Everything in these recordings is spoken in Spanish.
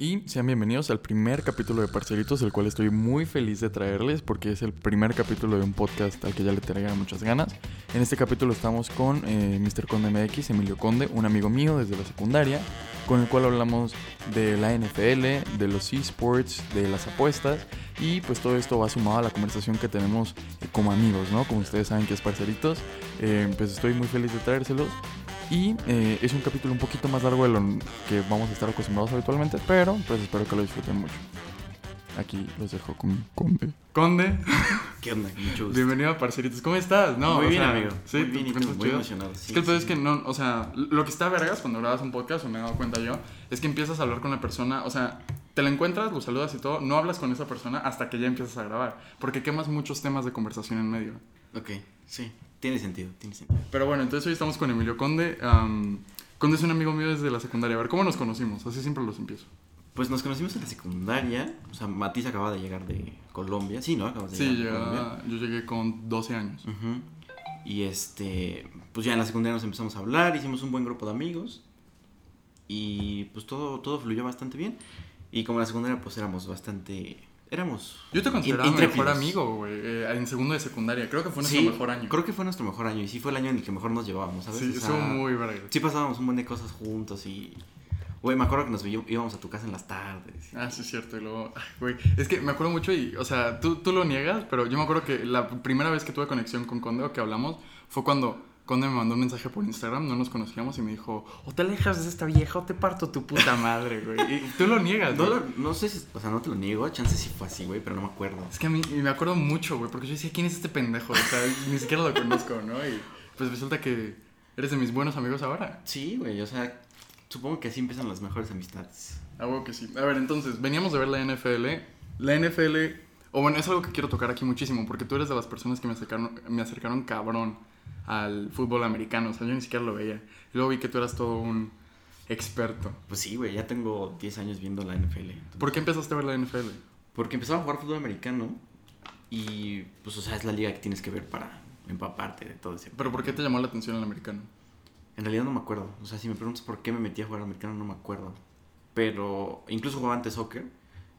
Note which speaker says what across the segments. Speaker 1: Y sean bienvenidos al primer capítulo de Parcelitos, el cual estoy muy feliz de traerles porque es el primer capítulo de un podcast al que ya le traía muchas ganas. En este capítulo estamos con eh, Mr. Conde MX, Emilio Conde, un amigo mío desde la secundaria, con el cual hablamos de la NFL, de los esports, de las apuestas y pues todo esto va sumado a la conversación que tenemos como amigos, ¿no? Como ustedes saben que es Parcelitos, eh, pues estoy muy feliz de traérselos. Y eh, es un capítulo un poquito más largo de lo que vamos a estar acostumbrados habitualmente, pero pues espero que lo disfruten mucho. Aquí los dejo con Conde. Conde,
Speaker 2: ¿Qué onda? Mucho gusto.
Speaker 1: bienvenido a Parceritos. ¿Cómo estás? No,
Speaker 2: muy
Speaker 1: o
Speaker 2: bien,
Speaker 1: sea,
Speaker 2: amigo.
Speaker 1: Sí,
Speaker 2: muy
Speaker 1: ¿te
Speaker 2: bien, y tú,
Speaker 1: encuentras
Speaker 2: muy
Speaker 1: chido?
Speaker 2: emocionado. Sí,
Speaker 1: es que el pedo
Speaker 2: sí,
Speaker 1: es que
Speaker 2: sí.
Speaker 1: no, o sea, lo que está vergas cuando grabas un podcast, o me he dado cuenta yo, es que empiezas a hablar con la persona, o sea, te la encuentras, lo saludas y todo, no hablas con esa persona hasta que ya empiezas a grabar, porque quemas muchos temas de conversación en medio.
Speaker 2: Ok, sí. Tiene sentido, tiene sentido.
Speaker 1: Pero bueno, entonces hoy estamos con Emilio Conde. am, Conde es un amigo mío desde la secundaria. A ver, ¿cómo nos conocimos? Así siempre los empiezo.
Speaker 2: Pues nos conocimos en la secundaria. O sea, Matiz acaba de llegar de Colombia. Sí, ¿no? Acabas de
Speaker 1: Sí,
Speaker 2: llegar de Colombia.
Speaker 1: ya- yo llegué con 12 años.
Speaker 2: Ujú. Y este, pues ya en la secundaria nos empezamos a hablar, hicimos un buen grupo de amigos y pues todo, todo fluyó bastante bien. Y como en la secundaria pues éramos bastante, éramos...
Speaker 1: Yo te consideraba
Speaker 2: in-
Speaker 1: mi mejor
Speaker 2: intrépidos.
Speaker 1: amigo, güey, eh, en segundo de secundaria. Creo que fue nuestro
Speaker 2: Sí,
Speaker 1: mejor año.
Speaker 2: Creo que fue nuestro mejor año y sí fue el año en el que mejor nos llevábamos, ¿sabes?
Speaker 1: sí,
Speaker 2: O sea,
Speaker 1: estuvo muy verga.
Speaker 2: Sí pasábamos un buen de cosas juntos y... Güey, me acuerdo que nos vi- íbamos a tu casa en las tardes.
Speaker 1: Ah, sí, es cierto. Y luego, ay, güey, es que me acuerdo mucho y, o sea, tú, tú lo niegas, pero yo me acuerdo que la primera vez que tuve conexión con Conde o que hablamos fue cuando Conde me mandó un mensaje por Instagram, no nos conocíamos y me dijo, o te alejas de esta vieja o te parto tu puta madre, güey. Y tú lo niegas,
Speaker 2: No,
Speaker 1: güey.
Speaker 2: lo- no sé si, o sea, no te lo niego, chance sí fue así, güey, pero no me acuerdo.
Speaker 1: Es que a mí y me acuerdo mucho, güey, porque yo decía, ¿quién es este pendejo? O sea, ni siquiera lo conozco, ¿no? Y pues resulta que eres de mis buenos amigos ahora.
Speaker 2: Sí, güey, o sea, supongo que así empiezan las mejores amistades.
Speaker 1: Ah, huevo que sí. A ver, entonces, veníamos de ver la NFL. La NFL, o bueno, es algo que quiero tocar aquí muchísimo, porque tú eres de las personas que me acercaron, me acercaron cabrón al fútbol americano. O sea, yo ni siquiera lo veía. Y luego vi que tú eras todo un experto.
Speaker 2: Pues sí, güey, ya tengo 10 años viendo la NFL. entonces-
Speaker 1: ¿Por qué empezaste a ver la NFL?
Speaker 2: Porque empezaba a jugar fútbol americano y, pues, o sea, es la liga que tienes que ver para empaparte de todo ese.
Speaker 1: ¿Pero por qué te llamó la atención el americano?
Speaker 2: En realidad no me acuerdo. O sea, si me preguntas por qué me metí a jugar americano, no me acuerdo. Pero incluso jugaba antes soccer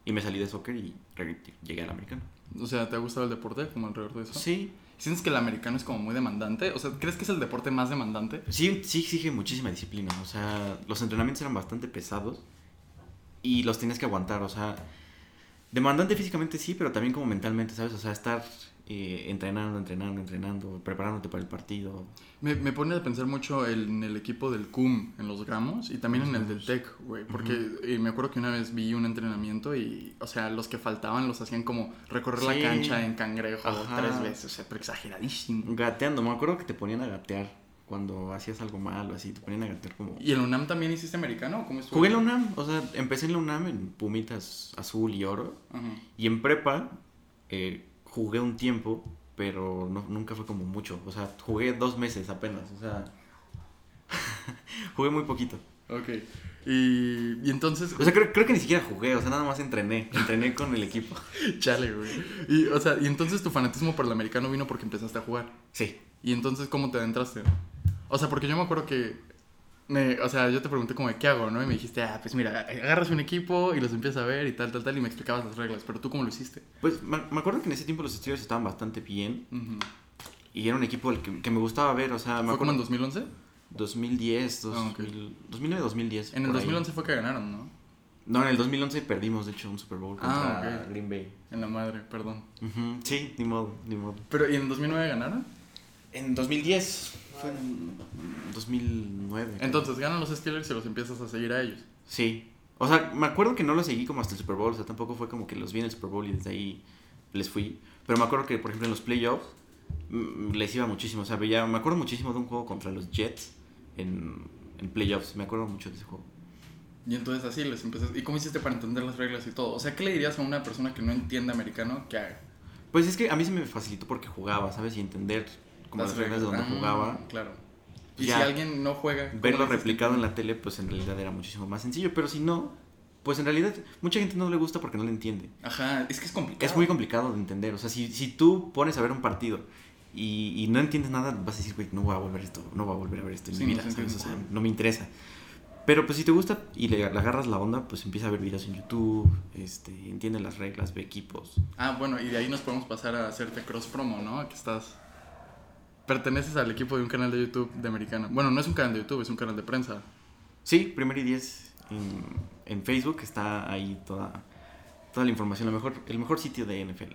Speaker 2: y me salí de soccer y re- llegué al americano.
Speaker 1: O sea, ¿te ha gustado el deporte como alrededor de eso?
Speaker 2: Sí,
Speaker 1: ¿Sientes que el americano es como muy demandante? O sea, ¿crees que es el deporte más demandante?
Speaker 2: Sí, sí exige muchísima disciplina. O sea, los entrenamientos eran bastante pesados y los tenías que aguantar. O sea, demandante físicamente sí, pero también como mentalmente, ¿sabes? O sea, estar eh, entrenando, entrenando, entrenando, preparándote para el partido.
Speaker 1: Me, me pone a pensar mucho el- en el equipo del CUM, en los gramos, y también en el del TEC, güey. Porque eh, me acuerdo que una vez vi un entrenamiento y, o sea, los que faltaban los hacían como recorrer la
Speaker 2: Sí.
Speaker 1: cancha en cangrejo
Speaker 2: Ajá.
Speaker 1: tres veces, o sea, pero exageradísimo.
Speaker 2: Gateando, me acuerdo que te ponían a gatear cuando hacías algo malo, así, te ponían a gatear como...
Speaker 1: ¿Y el UNAM también hiciste americano o cómo estuvo?
Speaker 2: Jugué en la UNAM, o sea, empecé en la UNAM en Pumitas Azul y Oro.
Speaker 1: Ajá.
Speaker 2: Y en prepa eh, jugué un tiempo, pero no- nunca fue como mucho. O sea, jugué dos meses apenas. O sea, jugué muy poquito.
Speaker 1: Ok. Y, y entonces,
Speaker 2: O sea, creo, creo que ni siquiera jugué. O sea, nada más entrené. Entrené con el equipo.
Speaker 1: chale, güey. Y, o sea, y entonces tu fanatismo por el americano vino porque empezaste a jugar.
Speaker 2: Sí.
Speaker 1: Y entonces, ¿cómo te adentraste? O sea, porque yo me acuerdo que... me- o sea, yo te pregunté como, de, ¿qué hago? ¿no? Y me dijiste, ah, pues mira, agarras un equipo y los empiezas a ver y tal, tal, tal, y me explicabas las reglas, pero tú cómo lo hiciste.
Speaker 2: Pues me, me acuerdo que en ese tiempo los estudios estaban bastante bien.
Speaker 1: Ujú.
Speaker 2: Y era un equipo al que, que me gustaba ver. O sea, me
Speaker 1: ¿Fue como en
Speaker 2: acuerdo.
Speaker 1: 2011?
Speaker 2: 2010,
Speaker 1: Ah, ok.
Speaker 2: 2000, 2009, 2010.
Speaker 1: En el
Speaker 2: por ahí.
Speaker 1: 2011 fue que ganaron, ¿no?
Speaker 2: No, en el 2011 perdimos, de hecho, un Super Bowl
Speaker 1: Ah,
Speaker 2: contra
Speaker 1: ok.
Speaker 2: Green Bay.
Speaker 1: En la madre, perdón.
Speaker 2: Ujú, Sí, ni modo, ni modo.
Speaker 1: Pero, ¿y en 2009 ganaron?
Speaker 2: En 2010. Fue en 2009. creo.
Speaker 1: Entonces, ganan los Steelers y los empiezas a seguir a ellos.
Speaker 2: Sí. O sea, me acuerdo que no los seguí como hasta el Super Bowl. O sea, tampoco fue como que los vi en el Super Bowl y desde ahí les fui. Pero me acuerdo que, por ejemplo, en los playoffs mm, les iba muchísimo. O sea, veía, me acuerdo muchísimo de un juego contra los Jets en, en playoffs. Me acuerdo mucho de ese juego.
Speaker 1: Y entonces así les empiezas... ¿Y cómo hiciste para entender las reglas y todo? O sea, ¿qué le dirías a una persona que no entiende americano que haga?
Speaker 2: Pues es que a mí se me facilitó porque jugaba, ¿sabes? Y entender como las, reglas de donde
Speaker 1: Ah,
Speaker 2: jugaba.
Speaker 1: Claro. Y
Speaker 2: Ya.
Speaker 1: si alguien no juega... ¿cómo
Speaker 2: verlo
Speaker 1: le dices que-
Speaker 2: replicado en la tele, pues en realidad era muchísimo más sencillo. Pero si no, pues en realidad mucha gente no le gusta porque no le entiende.
Speaker 1: Ajá, es que es complicado.
Speaker 2: Es muy complicado de entender. O sea, si, si tú pones a ver un partido y, y no entiendes nada, vas a decir, güey, no voy a volver a esto, no voy a volver a ver esto en
Speaker 1: Sí,
Speaker 2: mi
Speaker 1: no
Speaker 2: vida.
Speaker 1: se
Speaker 2: ¿sabes?
Speaker 1: entiende.
Speaker 2: O sea, no me interesa. Pero pues si te gusta y le, le agarras la onda, pues empieza a ver videos en YouTube, este, entiende las reglas, ve equipos.
Speaker 1: Ah, bueno, y de ahí nos podemos pasar a hacerte cross promo, ¿no? Que estás. Perteneces al equipo de un canal de YouTube de Americana. Bueno, no es un canal de YouTube, es un canal de prensa.
Speaker 2: Sí, primero y diez en, en Facebook está ahí toda, toda la información, lo mejor, el mejor sitio de NFL en,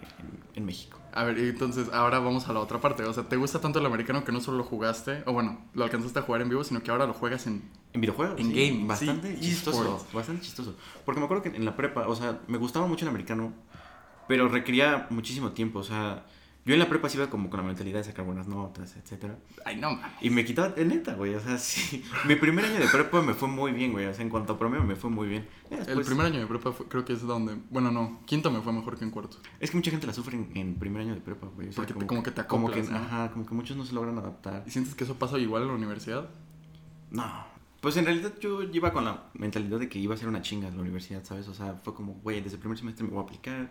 Speaker 2: en México.
Speaker 1: A ver, y entonces ahora vamos a la otra parte. O sea, ¿te gusta tanto el americano que no solo lo jugaste, o bueno, lo alcanzaste a jugar en vivo, sino que ahora lo juegas en.
Speaker 2: En videojuegos.
Speaker 1: En gaming,
Speaker 2: Bastante
Speaker 1: sí,
Speaker 2: chistoso.
Speaker 1: esports.
Speaker 2: Bastante chistoso. Porque me acuerdo que en la prepa, o sea, me gustaba mucho el americano, pero requería muchísimo tiempo. O sea, yo en la prepa sí iba como con la mentalidad de sacar buenas notas, etcétera.
Speaker 1: Ay, no, mames.
Speaker 2: Y me quitaba, eh, neta, güey. O sea, sí. Mi primer año de prepa me fue muy bien, güey. O sea, en cuanto a promedio me fue muy bien. Ya
Speaker 1: El
Speaker 2: después-
Speaker 1: primer año de prepa fue- creo que es donde. Bueno, no, quinto me fue mejor que en cuarto.
Speaker 2: Es que mucha gente la sufre en, en primer año de prepa, güey. O sea,
Speaker 1: Porque te- como que te acoplas,
Speaker 2: Como que,
Speaker 1: ¿no?
Speaker 2: ajá, como que muchos no se logran adaptar.
Speaker 1: ¿Y sientes que eso pasa igual en la universidad?
Speaker 2: No. Pues en realidad yo iba con la mentalidad de que iba a ser una chinga la universidad, ¿sabes? O sea, fue como, güey, desde el primer semestre me voy a aplicar,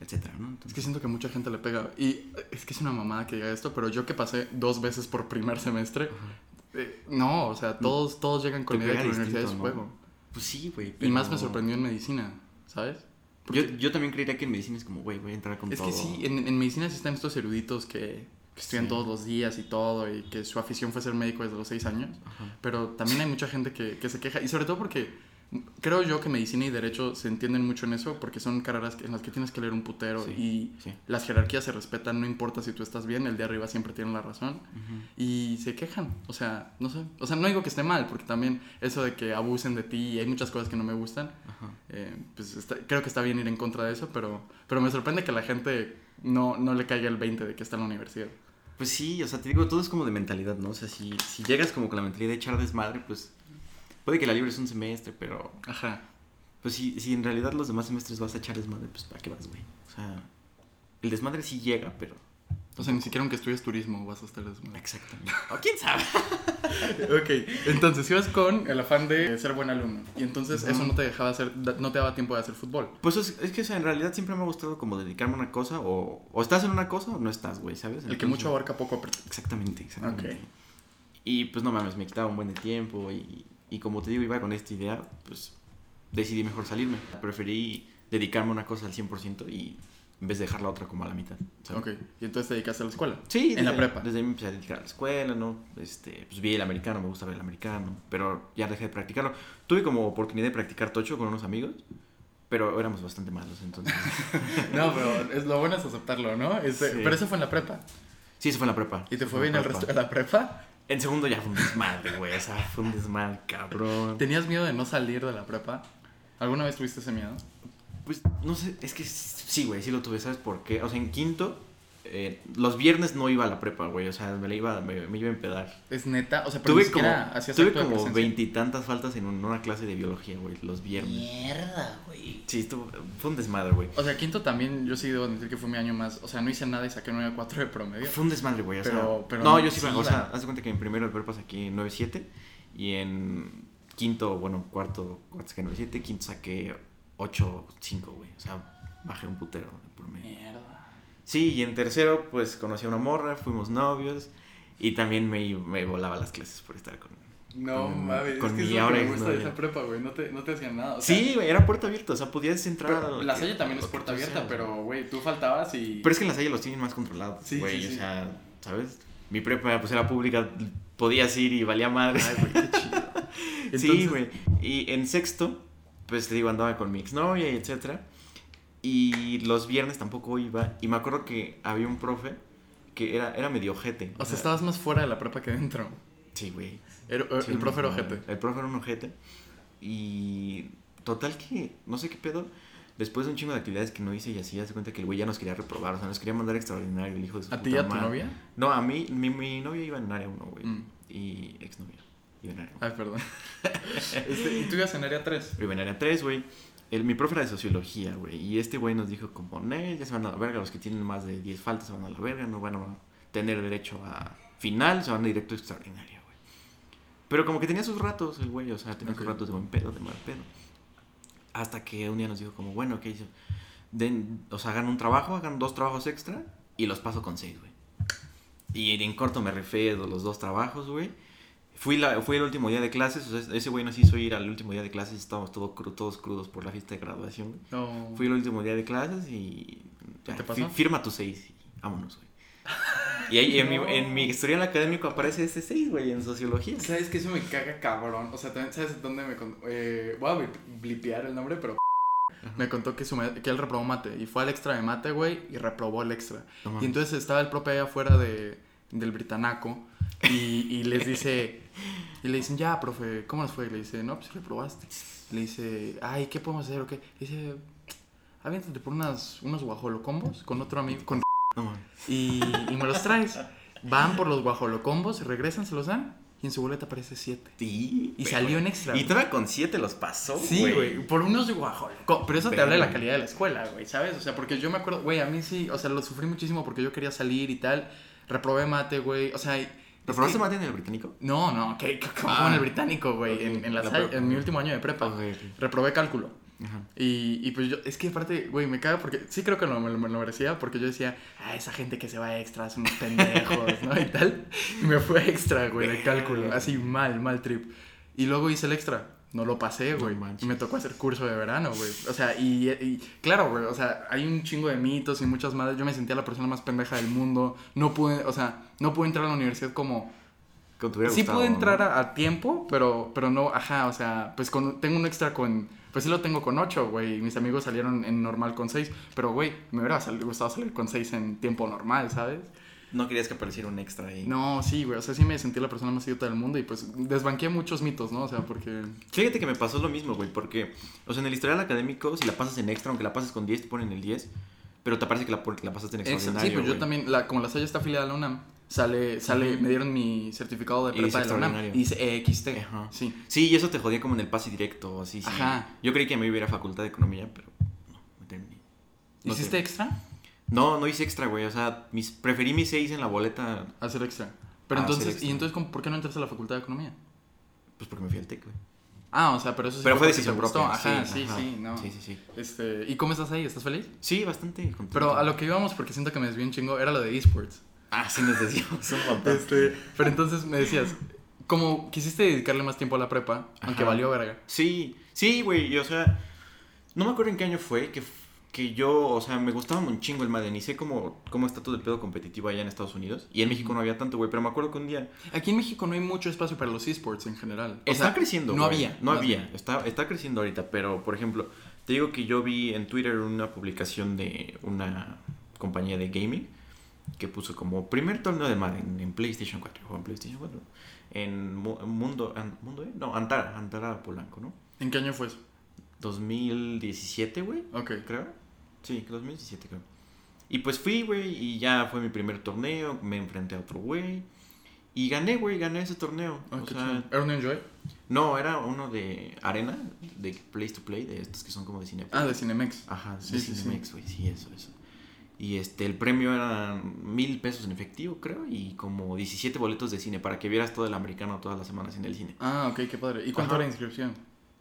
Speaker 2: etcétera, ¿no? Entonces,
Speaker 1: Es que siento que mucha gente le pega. Y eh, es que es una mamada que diga esto, pero yo que pasé dos veces por primer semestre. eh, no, o sea, todos, todos llegan con
Speaker 2: Mm. Te
Speaker 1: la idea de que
Speaker 2: pega
Speaker 1: la universidad es
Speaker 2: distinto, ¿no?
Speaker 1: juego.
Speaker 2: Pues sí, güey.
Speaker 1: Y más me
Speaker 2: pero-
Speaker 1: sorprendió en medicina, ¿sabes?
Speaker 2: Yo,
Speaker 1: Porque
Speaker 2: yo también creería que en medicina es como, güey, voy a entrar con
Speaker 1: es
Speaker 2: todo.
Speaker 1: que sí, en, en medicina sí están estos eruditos que, que estudian
Speaker 2: Sí.
Speaker 1: todos los días y todo, y que su afición fue ser médico desde los seis años.
Speaker 2: Ajá.
Speaker 1: Pero también hay mucha gente que, que se queja, y sobre todo porque creo yo que medicina y derecho se entienden mucho en eso, porque son carreras que- en las que tienes que leer un putero
Speaker 2: Sí.
Speaker 1: y
Speaker 2: Sí.
Speaker 1: las jerarquías se respetan, no importa si tú estás bien, el de arriba siempre tiene la razón.
Speaker 2: Ujú.
Speaker 1: Y se quejan, o sea, no sé, o sea, no digo que esté mal, porque también eso de que abusen de ti y hay muchas cosas que no me gustan,
Speaker 2: Ajá.
Speaker 1: eh, pues está- creo que está bien ir en contra de eso, pero, pero me sorprende que a la gente no, no le caiga el 20 de que está en la universidad.
Speaker 2: Pues sí, o sea, te digo, todo es como de mentalidad, ¿no? O sea, si, si llegas como con la mentalidad de echar desmadre, pues puede que la libres un semestre, pero
Speaker 1: Ajá.
Speaker 2: pues si, si en realidad los demás semestres vas a echar desmadre, pues ¿para qué vas, güey? O sea, el desmadre sí llega, pero...
Speaker 1: O sea, ni siquiera aunque estudies turismo vas a estar desmadre.
Speaker 2: Exactamente. ¿O quién sabe?
Speaker 1: Ok, entonces ibas con el afán de ser buen alumno. Y entonces
Speaker 2: Ujú.
Speaker 1: eso no te dejaba hacer, da- no te daba tiempo de hacer fútbol.
Speaker 2: Pues es, es que o sea, en realidad siempre me ha gustado como dedicarme a una cosa o, o estás en una cosa o no estás, güey, ¿sabes?
Speaker 1: El que
Speaker 2: Entonces-
Speaker 1: mucho abarca poco aprieta.
Speaker 2: Exactamente, exactamente.
Speaker 1: Ok.
Speaker 2: Y pues no mames, me quitaba un buen de tiempo y, y como te digo, iba con esta idea, pues decidí mejor salirme. Preferí dedicarme a una cosa al 100% y en vez de dejar la otra como a la mitad. ¿sabes?
Speaker 1: Ok, y entonces te dedicaste a la escuela.
Speaker 2: Sí,
Speaker 1: En la
Speaker 2: desde-
Speaker 1: prepa.
Speaker 2: Desde ahí me empecé a dedicar a la escuela, ¿no? Este, pues vi el americano, me gusta ver el americano, pero ya dejé de practicarlo. Tuve como oportunidad de practicar tocho con unos amigos, pero éramos bastante malos, entonces.
Speaker 1: No, pero es, lo bueno es aceptarlo, ¿no? Este,
Speaker 2: Sí.
Speaker 1: Pero eso fue en la prepa.
Speaker 2: sí, eso fue en la prepa.
Speaker 1: ¿Y te fue
Speaker 2: Fue en
Speaker 1: bien el
Speaker 2: prepa.
Speaker 1: resto de la prepa?
Speaker 2: En segundo ya fue un desmadre, güey, o sea, fue un desmadre, cabrón.
Speaker 1: ¿Tenías miedo de no salir de la prepa? ¿Alguna vez tuviste ese miedo?
Speaker 2: Pues no sé, es que sí, güey, sí lo tuve, ¿sabes por qué? O sea, en quinto, eh, los viernes no iba a la prepa, güey, o sea, me la iba, me, me iba a empedar.
Speaker 1: Es neta, o sea, pero ni
Speaker 2: Tuve como,
Speaker 1: siquiera hacías
Speaker 2: tuve
Speaker 1: acto de
Speaker 2: como
Speaker 1: presencia.
Speaker 2: veintitantas faltas en un- una clase de biología, güey, los viernes.
Speaker 3: Mierda, güey.
Speaker 2: Sí, estuvo, fue un desmadre, güey.
Speaker 1: O sea, quinto también, yo sí debo admitir que fue mi año más. O sea, no hice nada y saqué 9.4 de promedio.
Speaker 2: Fue un desmadre, güey, o sea.
Speaker 1: Pero- pero
Speaker 2: no,
Speaker 1: no,
Speaker 2: yo sí,
Speaker 1: sí
Speaker 2: iba, o
Speaker 1: iba.
Speaker 2: sea, haz de cuenta que en primero de prepa saqué 9.7 y en quinto, bueno, cuarto, cuarto saqué 9.7, quinto saqué 8.5, güey, o sea, bajé un putero de promedio.
Speaker 3: Eh. Mierda.
Speaker 2: Sí, y en tercero, pues conocí a una morra, fuimos novios y también me, me volaba las clases por estar con.
Speaker 1: No
Speaker 2: Con-
Speaker 1: mames,
Speaker 2: con
Speaker 1: es que
Speaker 2: mi
Speaker 1: es lo
Speaker 2: ahora
Speaker 1: que me gusta de
Speaker 2: exnovia.
Speaker 1: esa prepa, güey. No te, no te hacían nada. o sea,
Speaker 2: Sí, güey, era puerta abierta, o sea, podías entrar. a
Speaker 1: pero
Speaker 2: lo
Speaker 1: la
Speaker 2: que-
Speaker 1: Salle también es
Speaker 2: a lo que
Speaker 1: puerta
Speaker 2: tú
Speaker 1: abierta,
Speaker 2: seas, güey.
Speaker 1: pero, güey, tú faltabas y.
Speaker 2: Pero es que en la Salle los tienen más controlados,
Speaker 1: Sí,
Speaker 2: güey,
Speaker 1: sí, sí.
Speaker 2: o sea, ¿sabes? Mi prepa, pues era pública, podías ir y valía madre.
Speaker 1: Ay, güey, qué chido.
Speaker 2: sí,
Speaker 1: Entonces,
Speaker 2: güey. Y en sexto, pues te digo, andaba con mi exnovia y etcétera. Y los viernes tampoco iba. Y me acuerdo que había un profe que era, era medio ojete.
Speaker 1: O sea, estabas más fuera de la prepa que dentro.
Speaker 2: Sí, güey.
Speaker 1: Era- eh, El,
Speaker 2: Sí, no,
Speaker 1: profe era
Speaker 2: no,
Speaker 1: ojete.
Speaker 2: El profe era un ojete. Y total que, no sé qué pedo. Después de un chingo de actividades que no hice y así, hace cuenta que el güey ya nos quería reprobar. O sea, nos quería mandar extraordinario el hijo de su
Speaker 1: ¿A ti y
Speaker 2: puta
Speaker 1: a tu
Speaker 2: madre.
Speaker 1: novia?
Speaker 2: No, a mí, mi, mi novia iba en área 1, güey.
Speaker 1: Mm.
Speaker 2: Y exnovia. Iba en área 1.
Speaker 1: Ay, perdón. Este, y tú ibas en área 3.
Speaker 2: Pero iba en área 3, güey. El- Mi profe era de sociología, güey. Y este güey nos dijo, como, "Nel, ya se van a la verga. Los que tienen más de 10 faltas se van a la verga. No van a tener derecho a final. Se van a directo extraordinario, güey. Pero como que tenía sus ratos el güey. O sea, tenía sus
Speaker 1: Ok.
Speaker 2: ratos de buen pedo, de mal pedo. Hasta que un día nos dijo, como, bueno, ¿qué hizo? Den, o sea, hagan un trabajo, hagan dos trabajos extra. Y los paso con seis, güey. Y en corto me refiero los dos trabajos, güey. Fui, la, fui el último día de clases, o sea, ese güey nos hizo ir al último día de clases, estábamos todo cru- todos crudos por la fiesta de graduación. güey.
Speaker 1: No.
Speaker 2: Fui el último día de clases y...
Speaker 1: ¿Qué
Speaker 2: ya,
Speaker 1: te
Speaker 2: fi-
Speaker 1: pasó?
Speaker 2: Firma tu 6 y vámonos, güey. Y ahí en,
Speaker 1: No.
Speaker 2: mi, en mi historial académico aparece ese 6, güey, en sociología.
Speaker 1: ¿Sabes que Eso me caga cabrón. O sea, también sabes dónde me contó. Eh, voy a bli- blipear el nombre, pero. Me contó que, su ma- que él reprobó mate. Y fue al extra de mate, güey, y reprobó el extra.
Speaker 2: No mames.
Speaker 1: Y entonces estaba el profe ahí afuera de, del britanaco. Y, y les dice. Y le dicen, ya, profe, ¿cómo nos fue? Y le dice, no, pues reprobaste. Le dice, ay, ¿qué podemos hacer? ¿O qué? Le dice, aviéntate por unas, unos guajolocombos con otro amigo, con
Speaker 2: No mames.
Speaker 1: y, y me los traes. Van por los guajolocombos, regresan, se los dan y en su boleta aparece 7.
Speaker 2: Sí,
Speaker 1: Y
Speaker 2: güey.
Speaker 1: salió en extra.
Speaker 2: Y todavía con 7 los pasó,
Speaker 1: Sí, güey, por unos guajolocombos. Pero eso te
Speaker 2: Verga.
Speaker 1: habla de la calidad de la escuela, güey, ¿sabes? O sea, porque yo me acuerdo, güey, a mí sí, o sea, lo sufrí muchísimo porque yo quería salir y tal. Reprobé mate, güey. O sea, y- es
Speaker 2: ¿Reprobaste
Speaker 1: que-
Speaker 2: mate en el británico?
Speaker 1: No, no, que que- como
Speaker 2: Ah.
Speaker 1: en el británico, güey, en,
Speaker 2: Ok,
Speaker 1: en la
Speaker 2: la
Speaker 1: Salle-
Speaker 2: prepa.
Speaker 1: en mi último año de prepa. Reprobé cálculo.
Speaker 2: Ajá.
Speaker 1: Y, y pues yo, es que aparte, güey, me caga porque sí creo que lo, me, lo- me lo merecía, porque yo decía, ah, esa gente que se va a extra son unos pendejos, ¿no? Y tal. Y me fue a extra, güey, de cálculo, así mal, mal trip. Y luego hice el extra, no lo pasé,
Speaker 2: No
Speaker 1: güey.
Speaker 2: manches.
Speaker 1: y me tocó hacer curso de verano, güey. O sea, y, y claro, güey, o sea, hay un chingo de mitos y muchas madres. Yo me sentía la persona más pendeja del mundo. No pude, o sea, no pude entrar a la universidad como
Speaker 2: Con tu hubiera
Speaker 1: Sí
Speaker 2: gustado,
Speaker 1: pude
Speaker 2: ¿no?
Speaker 1: entrar a, a tiempo, pero, pero no, ajá, o sea, pues con, tengo un extra con, pues sí lo tengo con 8, güey, y mis amigos salieron en normal con 6, pero güey, me hubiera sal- gustado salir con 6 en tiempo normal, ¿sabes?
Speaker 2: No querías que apareciera un extra ahí.
Speaker 1: No, sí, güey, o sea, sí me sentí la persona más idiota del mundo y pues desbanqué muchos mitos, ¿no? O sea, porque...
Speaker 2: Fíjate que me pasó lo mismo, güey, porque, o sea, en el historial académico, si la pasas en extra, aunque la pases con 10, te ponen el 10, pero te parece que la, pon- la pasaste en
Speaker 1: Sí,
Speaker 2: extraordinario.
Speaker 1: pues yo
Speaker 2: güey.
Speaker 1: también, la, como la Salle está afiliada a la UNAM, sale, sale,
Speaker 2: Ujú.
Speaker 1: me dieron mi certificado de
Speaker 2: Y dice
Speaker 1: prepa de la UNAM y
Speaker 2: extraordinario.
Speaker 1: dice EXT,
Speaker 2: Ajá.
Speaker 1: sí.
Speaker 2: Sí, y eso te jodía como en el pase directo, así, sí.
Speaker 1: Ajá.
Speaker 2: Yo creí que me iba a ir a facultad de economía, pero no, no terminé. No
Speaker 1: ¿Hiciste
Speaker 2: sé.
Speaker 1: extra?
Speaker 2: No, no hice extra, güey, o sea, mis, preferí mis 6 en la boleta,
Speaker 1: Hacer extra. Pero
Speaker 2: Ah, hacer
Speaker 1: entonces,
Speaker 2: extra.
Speaker 1: ¿y entonces ¿cómo- por qué no entraste a la Facultad de Economía?
Speaker 2: pues porque me fui al TEC, güey.
Speaker 1: Ah, o sea, pero eso sí
Speaker 2: pero fue
Speaker 1: porque
Speaker 2: decisión
Speaker 1: te gustó.
Speaker 2: propia.
Speaker 1: Ajá, sí, sí,
Speaker 2: ajá.
Speaker 1: no.
Speaker 2: Sí, sí, sí.
Speaker 1: Este, ¿y cómo estás ahí? ¿Estás feliz?
Speaker 2: Sí, bastante contento.
Speaker 1: Pero a lo que íbamos, porque siento que me desvié un chingo, era lo de esports.
Speaker 2: Ah, sí, nos decíamos un montón.
Speaker 1: Este, pero entonces me decías, como quisiste dedicarle más tiempo a la prepa, aunque
Speaker 2: Ajá.
Speaker 1: valió verga.
Speaker 2: Sí, sí, güey, y, o sea, no me acuerdo en qué año fue que, f- que yo, o sea, me gustaba un chingo el Madden y sé cómo, cómo está todo el pedo competitivo allá en Estados Unidos y en México no había tanto, güey, pero me acuerdo que un día
Speaker 1: Aquí en México no hay mucho espacio para los esports en general. O
Speaker 2: está
Speaker 1: sea,
Speaker 2: creciendo,
Speaker 1: No
Speaker 2: güey,
Speaker 1: había.
Speaker 2: no
Speaker 1: más
Speaker 2: había,
Speaker 1: bien.
Speaker 2: está, está creciendo ahorita, pero por ejemplo, te digo que yo vi en Twitter una publicación de una compañía de gaming que puso como primer torneo de Madden en PlayStation 4, o en PlayStation 4, en Mu- Mundo, An- Mundo, E? no, Antara, Antara Polanco, ¿no?
Speaker 1: ¿En qué año fue eso?
Speaker 2: 2017, güey.
Speaker 1: Ok.
Speaker 2: creo. Sí, 2017 creo. Y pues fui, güey, y ya fue mi primer torneo, me enfrenté a otro güey. Y gané, güey, gané ese torneo.
Speaker 1: Ah,
Speaker 2: o
Speaker 1: qué
Speaker 2: sea,
Speaker 1: chido. ¿Era un enjoy?
Speaker 2: no, era uno de arena, de place to play, de estos que son como de cine.
Speaker 1: Ah, de Cinemex.
Speaker 2: Ajá,
Speaker 1: Sí,
Speaker 2: de
Speaker 1: sí, sí.
Speaker 2: Cinemex, güey, sí, eso, eso. Y este, el premio eran mil pesos en efectivo, creo, y como 17 boletos de cine para que vieras todo el americano todas las semanas en el cine.
Speaker 1: Ah, ok, qué padre. ¿Y cuánto
Speaker 2: Ajá.
Speaker 1: era la inscripción?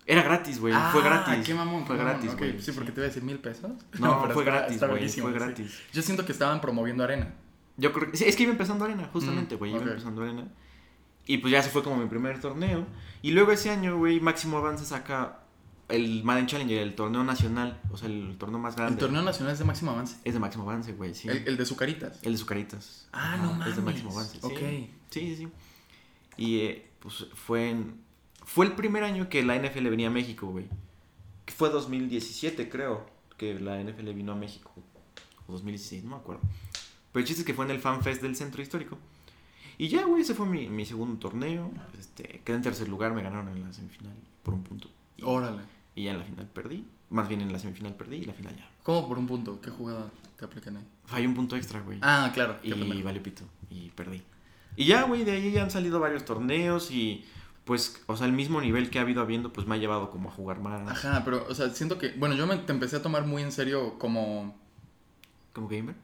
Speaker 2: Era gratis, güey,
Speaker 1: ah,
Speaker 2: fue gratis.
Speaker 1: qué mamón.
Speaker 2: fue
Speaker 1: qué mamón.
Speaker 2: gratis,
Speaker 1: Ok,
Speaker 2: güey.
Speaker 1: Sí, porque te iba a decir mil pesos.
Speaker 2: No,
Speaker 1: pero está-
Speaker 2: fue gratis,
Speaker 1: está
Speaker 2: güey,
Speaker 1: buenísimo,
Speaker 2: fue
Speaker 1: sí.
Speaker 2: gratis.
Speaker 1: Yo siento que estaban promoviendo arena.
Speaker 2: Yo creo que sí, es que iba empezando arena, justamente,
Speaker 1: Mm,
Speaker 2: güey, iba
Speaker 1: ok.
Speaker 2: empezando arena. Y pues ya se fue como mi primer torneo. Y luego ese año, güey, Máximo Avance saca el Madden Challenger, el torneo nacional, o sea, el torneo más grande.
Speaker 1: El torneo nacional es de máximo avance.
Speaker 2: Es de Máximo Avance, güey, sí.
Speaker 1: El,
Speaker 2: El,
Speaker 1: el de Zucaritas.
Speaker 2: de Zucaritas.
Speaker 1: Ah, no
Speaker 2: Ajá, Es de
Speaker 1: mames.
Speaker 2: Máximo Avance, sí.
Speaker 1: Ok.
Speaker 2: Sí, sí, sí. Y eh, pues fue en... Fue el primer año que la NFL venía a México, güey. Que fue 2017, creo, que la NFL vino a México. O 2016, no me acuerdo. Pero el chiste es que fue en el Fan Fest del Centro Histórico. Y ya, güey, ese fue mi, mi segundo torneo. Este, quedé en tercer lugar, me ganaron en la semifinal por un punto. Y,
Speaker 1: Órale.
Speaker 2: y ya en la final perdí. Más bien en la semifinal perdí y la final ya.
Speaker 1: ¿Cómo por un punto? ¿Qué jugada te aplican ahí?
Speaker 2: Fallé un punto extra, güey.
Speaker 1: Ah, claro. qué
Speaker 2: Y
Speaker 1: pendejo.
Speaker 2: valió pito. Y perdí. Y ya, güey, de ahí ya han salido varios torneos y pues, o sea, el mismo nivel que ha habido habiendo, pues me ha llevado como a jugar más
Speaker 1: Ajá, pero, o sea, siento que. Bueno, yo me te empecé a tomar muy en serio como.
Speaker 2: como gamer.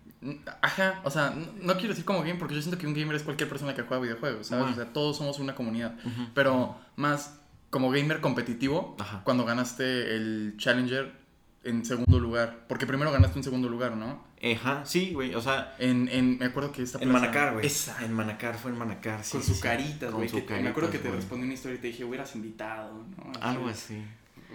Speaker 1: Ajá, o sea, no, no quiero decir como game porque yo siento que un gamer es cualquier persona que juega videojuegos, ¿sabes?
Speaker 2: Ajá.
Speaker 1: O sea, todos somos una comunidad.
Speaker 2: Ujú.
Speaker 1: Pero más como gamer competitivo,
Speaker 2: Ajá.
Speaker 1: cuando ganaste el Challenger en segundo lugar. Porque primero ganaste un segundo lugar, ¿no?
Speaker 2: Ajá, sí, güey, o sea,
Speaker 1: En, en- me acuerdo que esta
Speaker 2: en Manacar, güey.
Speaker 1: Esa.
Speaker 2: En Manacar, fue en Manacar, sí.
Speaker 1: con
Speaker 2: sí,
Speaker 1: su
Speaker 2: sí.
Speaker 1: carita,
Speaker 2: Con
Speaker 1: güey.
Speaker 2: su
Speaker 1: que te- Me acuerdo que te
Speaker 2: caritas, güey.
Speaker 1: respondí una historia y te dije, hubieras invitado, ¿no? Así.
Speaker 2: Algo así.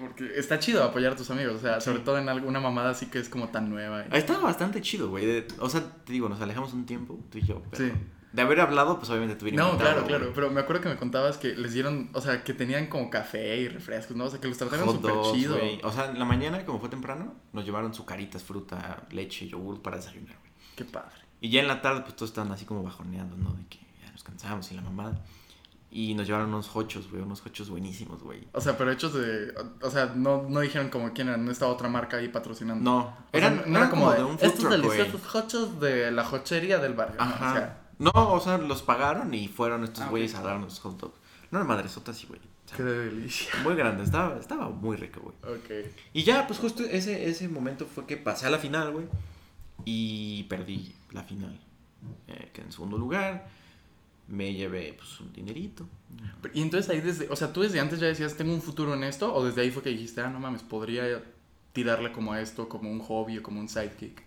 Speaker 1: Porque está chido apoyar a tus amigos, o sea,
Speaker 2: Sí.
Speaker 1: sobre todo en alguna mamada así que es como tan nueva. y-
Speaker 2: Ah, Estaba bastante chido, güey. de- O sea, te digo, nos alejamos un tiempo, tú y yo. Pero
Speaker 1: Sí.
Speaker 2: De haber hablado, pues obviamente te hubiera
Speaker 1: No,
Speaker 2: invitado,
Speaker 1: claro,
Speaker 2: güey.
Speaker 1: claro. Pero me acuerdo que me contabas que les dieron, o sea, que tenían como café y refrescos, ¿no? O sea, que los trataron
Speaker 2: Hot
Speaker 1: súper
Speaker 2: dogs,
Speaker 1: chido.
Speaker 2: güey. O sea, en la mañana, como fue temprano, nos llevaron sucaritas, fruta, leche, yogur para desayunar, güey.
Speaker 1: Qué padre.
Speaker 2: Y ya en la tarde, pues todos estaban así como bajoneados, ¿no? De que ya nos cansamos y la mamada. Y nos llevaron unos hochos, güey, unos hochos buenísimos, güey.
Speaker 1: O sea, pero hechos de. O sea, no, no dijeron como quién era, no estaba otra marca ahí patrocinando.
Speaker 2: No,
Speaker 1: O sea,
Speaker 2: eran,
Speaker 1: no
Speaker 2: eran como de, un food
Speaker 1: Estos
Speaker 2: truck, güey.
Speaker 1: deliciosos hochos de la hochería del barrio. ¿no?
Speaker 2: Ajá.
Speaker 1: O sea,
Speaker 2: No, o sea, los pagaron y fueron
Speaker 1: Ah,
Speaker 2: estos
Speaker 1: ok.
Speaker 2: güeyes a darnos hot dogs. No eran madresotas, sí, güey. O sea,
Speaker 1: qué delicia.
Speaker 2: muy grande, estaba, estaba muy rico, güey.
Speaker 1: Ok.
Speaker 2: Y ya, pues justo ese, ese momento fue que pasé a la final, güey. Y perdí la final. Eh, quedé en segundo lugar. Me llevé, pues, un dinerito.
Speaker 1: Y entonces ahí desde. O sea, tú desde antes ya decías, tengo un futuro en esto, o desde ahí fue que dijiste, ah, no mames, podría tirarle como a esto, como un hobby o como un sidekick.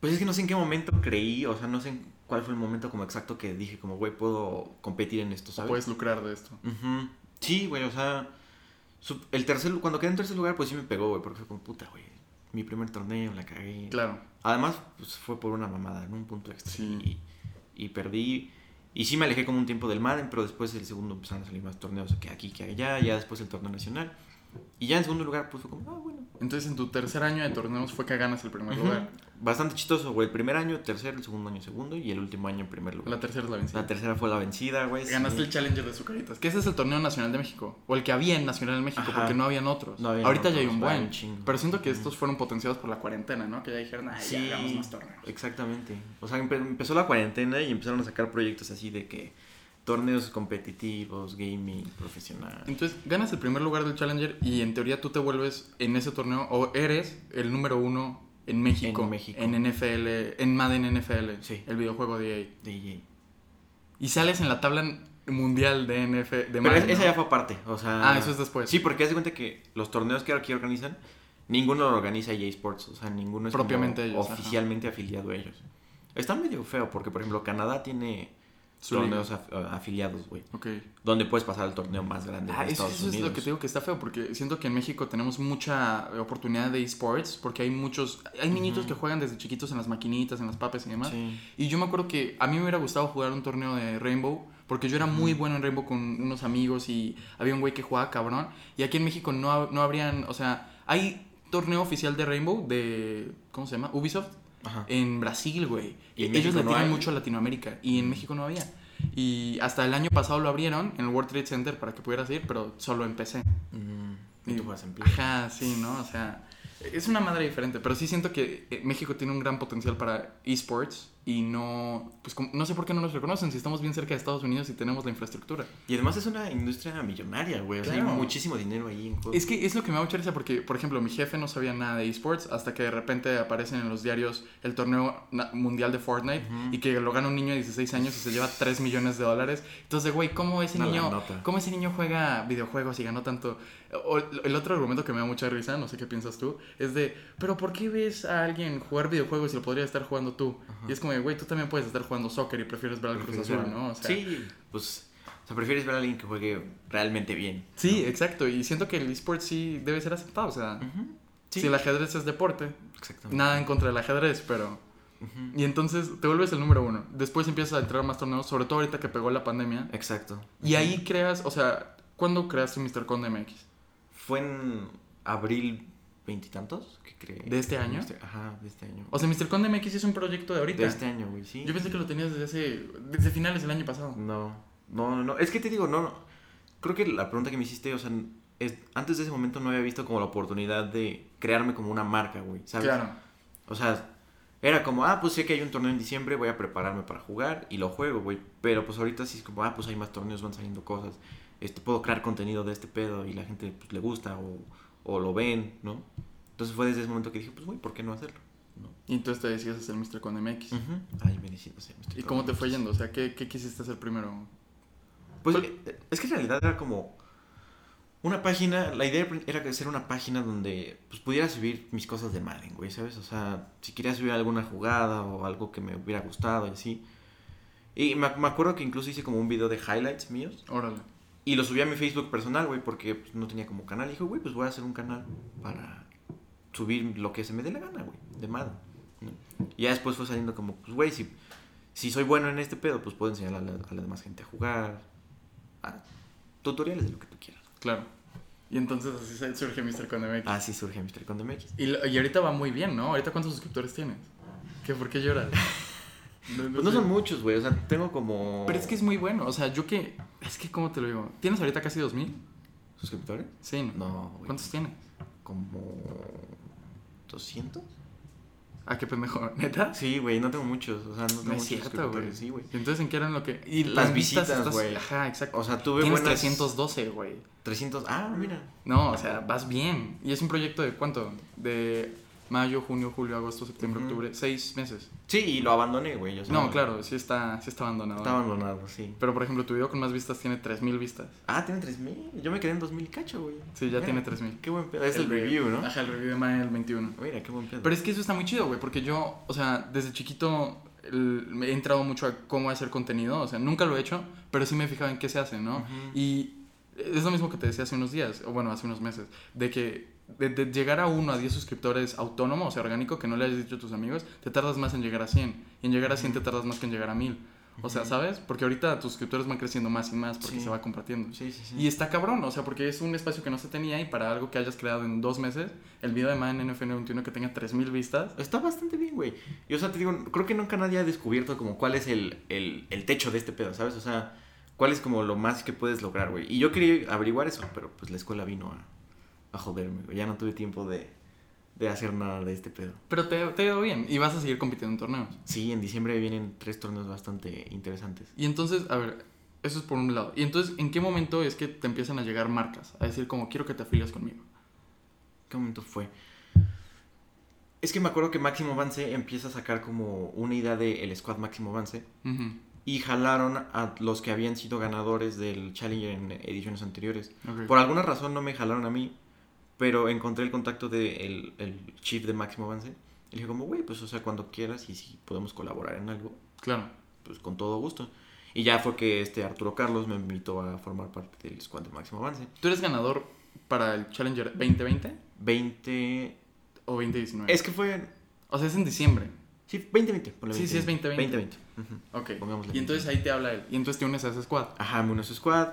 Speaker 2: Pues es que no sé en qué momento creí, o sea, no sé en cuál fue el momento como exacto que dije, como, güey, puedo competir en esto, ¿sabes?
Speaker 1: Puedes lucrar de esto.
Speaker 2: Ujú. Sí, güey, o sea, su- el tercer, cuando quedé en tercer lugar, pues sí me pegó, güey, porque fue como, puta, güey, mi primer torneo, la cagué.
Speaker 1: Claro.
Speaker 2: Además, pues fue por una mamada, en un punto extra.
Speaker 1: Sí.
Speaker 2: Y, y perdí. Y sí me alejé como un tiempo del Madden, pero después el segundo empezaron a salir más torneos que aquí, que allá, ya después el torneo nacional. Y ya en segundo lugar, pues fue como, ah, bueno.
Speaker 1: Entonces en tu tercer año de torneos fue que ganas el primer
Speaker 2: Ujú.
Speaker 1: lugar.
Speaker 2: Bastante chistoso, güey. El primer año, tercero, el segundo año, segundo, y el último año, en primer lugar.
Speaker 1: La tercera es la
Speaker 2: La
Speaker 1: vencida.
Speaker 2: tercera fue la vencida, güey. sí.
Speaker 1: Ganaste el Challenger de Zucaritas, que ese es el torneo nacional de México, o el que había en Nacional de México,
Speaker 2: Ajá.
Speaker 1: porque no habían otros.
Speaker 2: No habían
Speaker 1: Ahorita ya hay
Speaker 2: otros,
Speaker 1: un
Speaker 2: hay
Speaker 1: buen,
Speaker 2: un chingo.
Speaker 1: pero siento que estos fueron potenciados por la cuarentena, ¿no? Que ya dijeron, ah, ya
Speaker 2: Sí,
Speaker 1: hagamos más torneos.
Speaker 2: exactamente. O sea, empe- empezó la cuarentena y empezaron a sacar proyectos así de que torneos competitivos, gaming, profesional.
Speaker 1: Entonces, ganas el primer lugar del Challenger y en teoría tú te vuelves en ese torneo, o eres el número uno en México,
Speaker 2: En México.
Speaker 1: NFL, en Madden NFL,
Speaker 2: Sí.
Speaker 1: el videojuego de EA.
Speaker 2: DJ.
Speaker 1: Y sales en la tabla mundial de NFL, de
Speaker 2: Pero
Speaker 1: Madden,
Speaker 2: es- esa
Speaker 1: ¿no?
Speaker 2: ya fue aparte, o sea...
Speaker 1: Ah, eso es después.
Speaker 2: Sí, porque haz de cuenta que los torneos que aquí organizan, ninguno lo organiza EA Sports, o sea, ninguno es como
Speaker 1: Propiamente ellos, ajá.
Speaker 2: oficialmente afiliado a ellos. Está medio feo, porque, por ejemplo, Canadá tiene
Speaker 1: Su
Speaker 2: torneos af- eh, afiliados, güey,
Speaker 1: Ok.
Speaker 2: donde puedes pasar al torneo más grande
Speaker 1: Ah,
Speaker 2: de
Speaker 1: eso,
Speaker 2: Estados
Speaker 1: eso es
Speaker 2: Unidos.
Speaker 1: lo que te digo que está feo, porque siento que en México tenemos mucha eh, oportunidad de esports, porque hay muchos, hay niñitos
Speaker 2: Ujú.
Speaker 1: que juegan desde chiquitos en las maquinitas, en las papes y demás.
Speaker 2: Sí.
Speaker 1: Y yo me acuerdo que a mí me hubiera gustado jugar un torneo de Rainbow, porque yo era muy bueno en Rainbow con unos amigos y había un güey que jugaba cabrón. Y aquí en México no, hab- no habrían, o sea, hay torneo oficial de Rainbow de, ¿cómo se llama? Ubisoft,
Speaker 2: Ajá.
Speaker 1: en Brasil, güey.
Speaker 2: Ah.
Speaker 1: E-,
Speaker 2: Y en
Speaker 1: Ellos
Speaker 2: México
Speaker 1: le
Speaker 2: no
Speaker 1: tienen
Speaker 2: hay. Mm.
Speaker 1: mucho a Latinoamérica y en México no había. Y hasta el año pasado lo abrieron en el World Trade Center para que pudieras ir, pero solo empecé.
Speaker 2: Mm, y tú juegas en Play.
Speaker 1: Ajá, sí, ¿no? O sea, es una madre diferente, pero sí siento que eh, México tiene un gran potencial para esports y no, pues como- no sé por qué no nos reconocen si estamos bien cerca de Estados Unidos y tenemos la infraestructura.
Speaker 2: Y además es una industria millonaria, güey. O sea, hay
Speaker 1: Claro.
Speaker 2: muchísimo dinero ahí en juegos.
Speaker 1: Es que es lo que me da mucha risa porque, por ejemplo, mi jefe no sabía nada de esports hasta que de repente aparecen en los diarios el torneo na- mundial de Fortnite
Speaker 2: Ujú.
Speaker 1: y que lo gana un niño de 16 años y se lleva 3 millones de dólares. Entonces, güey, ¿cómo ese,
Speaker 2: Una
Speaker 1: niño,
Speaker 2: lanota.
Speaker 1: ¿cómo ese niño juega videojuegos y ganó tanto? O- el otro argumento que me da mucha risa, no sé qué piensas tú, es de, pero ¿por qué ves a alguien jugar videojuegos y lo podrías estar jugando tú? Y es como, de, güey, tú también puedes estar jugando soccer y prefieres ver al Cruz
Speaker 2: Prefieres
Speaker 1: Azul,
Speaker 2: ver-
Speaker 1: ¿no? O sea,
Speaker 2: Sí, pues. O sea, prefieres ver a alguien que juegue realmente bien.
Speaker 1: Sí, exacto. Y siento que el esports sí debe ser aceptado, o sea...
Speaker 2: Ujú. Sí,
Speaker 1: Si el ajedrez es deporte,
Speaker 2: exactamente.
Speaker 1: nada en contra del ajedrez, pero...
Speaker 2: Ujú.
Speaker 1: Y entonces te vuelves el número uno. Después empiezas a entrar a más torneos, sobre todo ahorita que pegó la pandemia.
Speaker 2: Exacto.
Speaker 1: Y ahí creas, o sea, ¿cuándo creaste Mr. Conde MX?
Speaker 2: Fue en abril veintitantos, que creé.
Speaker 1: ¿De este año?
Speaker 2: Este- Ajá, de este año.
Speaker 1: O sea, Mr. Conde MX es un proyecto de ahorita.
Speaker 2: de este año, güey, sí.
Speaker 1: Yo pensé que lo tenías desde hace... Desde finales del año pasado.
Speaker 2: No, no, no, no. Es que te digo, no, no. Creo que la pregunta que me hiciste, o sea, es- antes de ese momento no había visto como la oportunidad de crearme como una marca, güey, ¿sabes?
Speaker 1: Claro.
Speaker 2: O sea, era como, ah, pues sé que hay un torneo en diciembre, voy a prepararme para jugar y lo juego, güey. Pero pues ahorita sí es como, ah, pues hay más torneos, van saliendo cosas. Este, puedo crear contenido de este pedo y la gente pues, le gusta o, o lo ven, ¿no? Entonces fue desde ese momento que dije, pues, güey, ¿por qué no hacerlo? ¿No?
Speaker 1: Y entonces te decías hacer Mr. Conde MX.
Speaker 2: Ujú. Ay, me decía, no sé, me estoy
Speaker 1: ¿Y cómo te fue yendo?
Speaker 2: trabando.
Speaker 1: O sea, ¿qué, qué quisiste hacer primero?
Speaker 2: Pues
Speaker 1: Pues-
Speaker 2: eh, es que en realidad era como una página, la idea era hacer una página donde pues, pudiera subir mis cosas de Madden, güey, ¿sabes? O sea, si quería subir alguna jugada o algo que me hubiera gustado y así. Y me, me acuerdo que incluso hice como un video de highlights míos.
Speaker 1: Órale.
Speaker 2: Y lo subí a mi Facebook personal, güey, porque pues, no tenía como canal. Y dije, güey, pues voy a hacer un canal para subir lo que se me dé la gana, güey, de madre. ¿no? Y ya después fue saliendo como, pues, güey, si, si soy bueno en este pedo, pues puedo enseñar a la, a la demás gente a jugar, a tutoriales de lo que tú quieras.
Speaker 1: Claro. Y entonces así sa- surge Mr. Condemx.
Speaker 2: Así surge Mr. Con DMX.
Speaker 1: Y, lo- y ahorita va muy bien, ¿no? ¿Ahorita cuántos suscriptores tienes? ¿Qué, ¿Por qué lloras? No, no
Speaker 2: Pues no
Speaker 1: sé.
Speaker 2: son muchos, güey, o sea, tengo como...
Speaker 1: Pero es que es muy bueno. O sea, yo que... Es que, ¿cómo te lo digo? ¿Tienes ahorita casi 2.000?
Speaker 2: ¿Suscriptores?
Speaker 1: Sí.
Speaker 2: No, güey.
Speaker 1: ¿Cuántos tienes?
Speaker 2: Como... ¿200?
Speaker 1: Ah, qué pendejo. ¿Neta?
Speaker 2: Sí, güey, no tengo muchos, o sea, Pues no
Speaker 1: No
Speaker 2: tengo
Speaker 1: es
Speaker 2: muchos
Speaker 1: cierto,
Speaker 2: suscriptores,
Speaker 1: güey.
Speaker 2: sí, güey.
Speaker 1: ¿Y entonces en qué eran lo que...?
Speaker 2: Y las
Speaker 1: en vistas
Speaker 2: visitas,
Speaker 1: estás-
Speaker 2: güey.
Speaker 1: Ajá, exacto.
Speaker 2: O sea, tuve
Speaker 1: Tienes
Speaker 2: buenas...
Speaker 1: 312, güey.
Speaker 2: 300, ah, mira.
Speaker 1: No, o sea, vas bien. Y es un proyecto de cuánto? De mayo, junio, julio, agosto, septiembre,
Speaker 2: Ujú.
Speaker 1: octubre. Seis meses.
Speaker 2: Sí, y lo abandoné, güey. o sea,
Speaker 1: No, claro, sí está, sí está abandonado.
Speaker 2: Está abandonado, sí.
Speaker 1: Pero por ejemplo, tu video con más vistas tiene 3000 vistas.
Speaker 2: Ah, tiene 3000. Yo me quedé en 2000 y cacho, güey.
Speaker 1: Sí, ya
Speaker 2: Mira,
Speaker 1: tiene 3000.
Speaker 2: Qué buen pedo. Es el,
Speaker 1: de-
Speaker 2: review, ¿no?
Speaker 1: Ajá, el review de Maya el 21.
Speaker 2: Mira, qué buen pedo.
Speaker 1: Pero es que eso está muy chido, güey, porque yo, o sea, desde chiquito el- me he entrado mucho a cómo hacer contenido, o sea, nunca lo he hecho, pero sí me he fijado en qué se hace, ¿no?
Speaker 2: Ujú.
Speaker 1: Y es lo mismo que te decía hace unos días, o bueno, hace unos meses, de que de, de llegar a uno a 10 suscriptores autónomo, o sea, orgánico, que no le hayas dicho a tus amigos, te tardas más en llegar a 100, y en llegar a 100 te tardas más que en llegar a 1000. O sea, ¿sabes? Porque ahorita tus suscriptores van creciendo más y más porque
Speaker 2: Sí.
Speaker 1: se va compartiendo.
Speaker 2: Sí, sí, sí.
Speaker 1: Y está cabrón, o sea, porque es un espacio que no se tenía y para algo que hayas creado en dos meses, el video de Man NFL 21 que tenga 3.000 vistas,
Speaker 2: Está bastante bien, güey. Y o sea, te digo, creo que nunca nadie ha descubierto como cuál es el, el, el techo de este pedo, ¿sabes? O sea, cuál es como lo más que puedes lograr, güey. Y yo quería averiguar eso, pero pues la escuela vino a, a joderme, güey. Ya no tuve tiempo de, de hacer nada de este pedo.
Speaker 1: pero te, te ha ido bien y vas a seguir compitiendo en torneos.
Speaker 2: Sí, en diciembre vienen tres torneos bastante interesantes.
Speaker 1: Y entonces, a ver, eso es por un lado. Y entonces, ¿en qué momento es que te empiezan a llegar marcas? A decir como, quiero que te afilies conmigo.
Speaker 2: ¿Qué momento fue? Es que me acuerdo que Máximo Avance empieza a sacar como una idea de el squad Máximo Avance
Speaker 1: Ujú,
Speaker 2: y jalaron a los que habían sido ganadores del Challenger en ediciones anteriores.
Speaker 1: ok.
Speaker 2: Por alguna razón no me jalaron a mí, pero encontré el contacto del el chief de Máximo Avance. Y le dije como, güey, pues o sea, cuando quieras y si podemos colaborar en algo,
Speaker 1: Claro.
Speaker 2: pues con todo gusto. Y ya fue que este Arturo Carlos me invitó a formar parte del squad de Máximo Avance.
Speaker 1: ¿Tú eres ganador para el Challenger 2020
Speaker 2: 20...
Speaker 1: o 2019?
Speaker 2: Es que fue...
Speaker 1: O sea, es en diciembre.
Speaker 2: Sí, 2020. ponle
Speaker 1: Sí, sí, es 2020.
Speaker 2: 2020. ujú.
Speaker 1: Ok.
Speaker 2: Pongámosle
Speaker 1: Y entonces ahí te habla él. Y entonces te unes a ese squad.
Speaker 2: Ajá, me uní a su squad.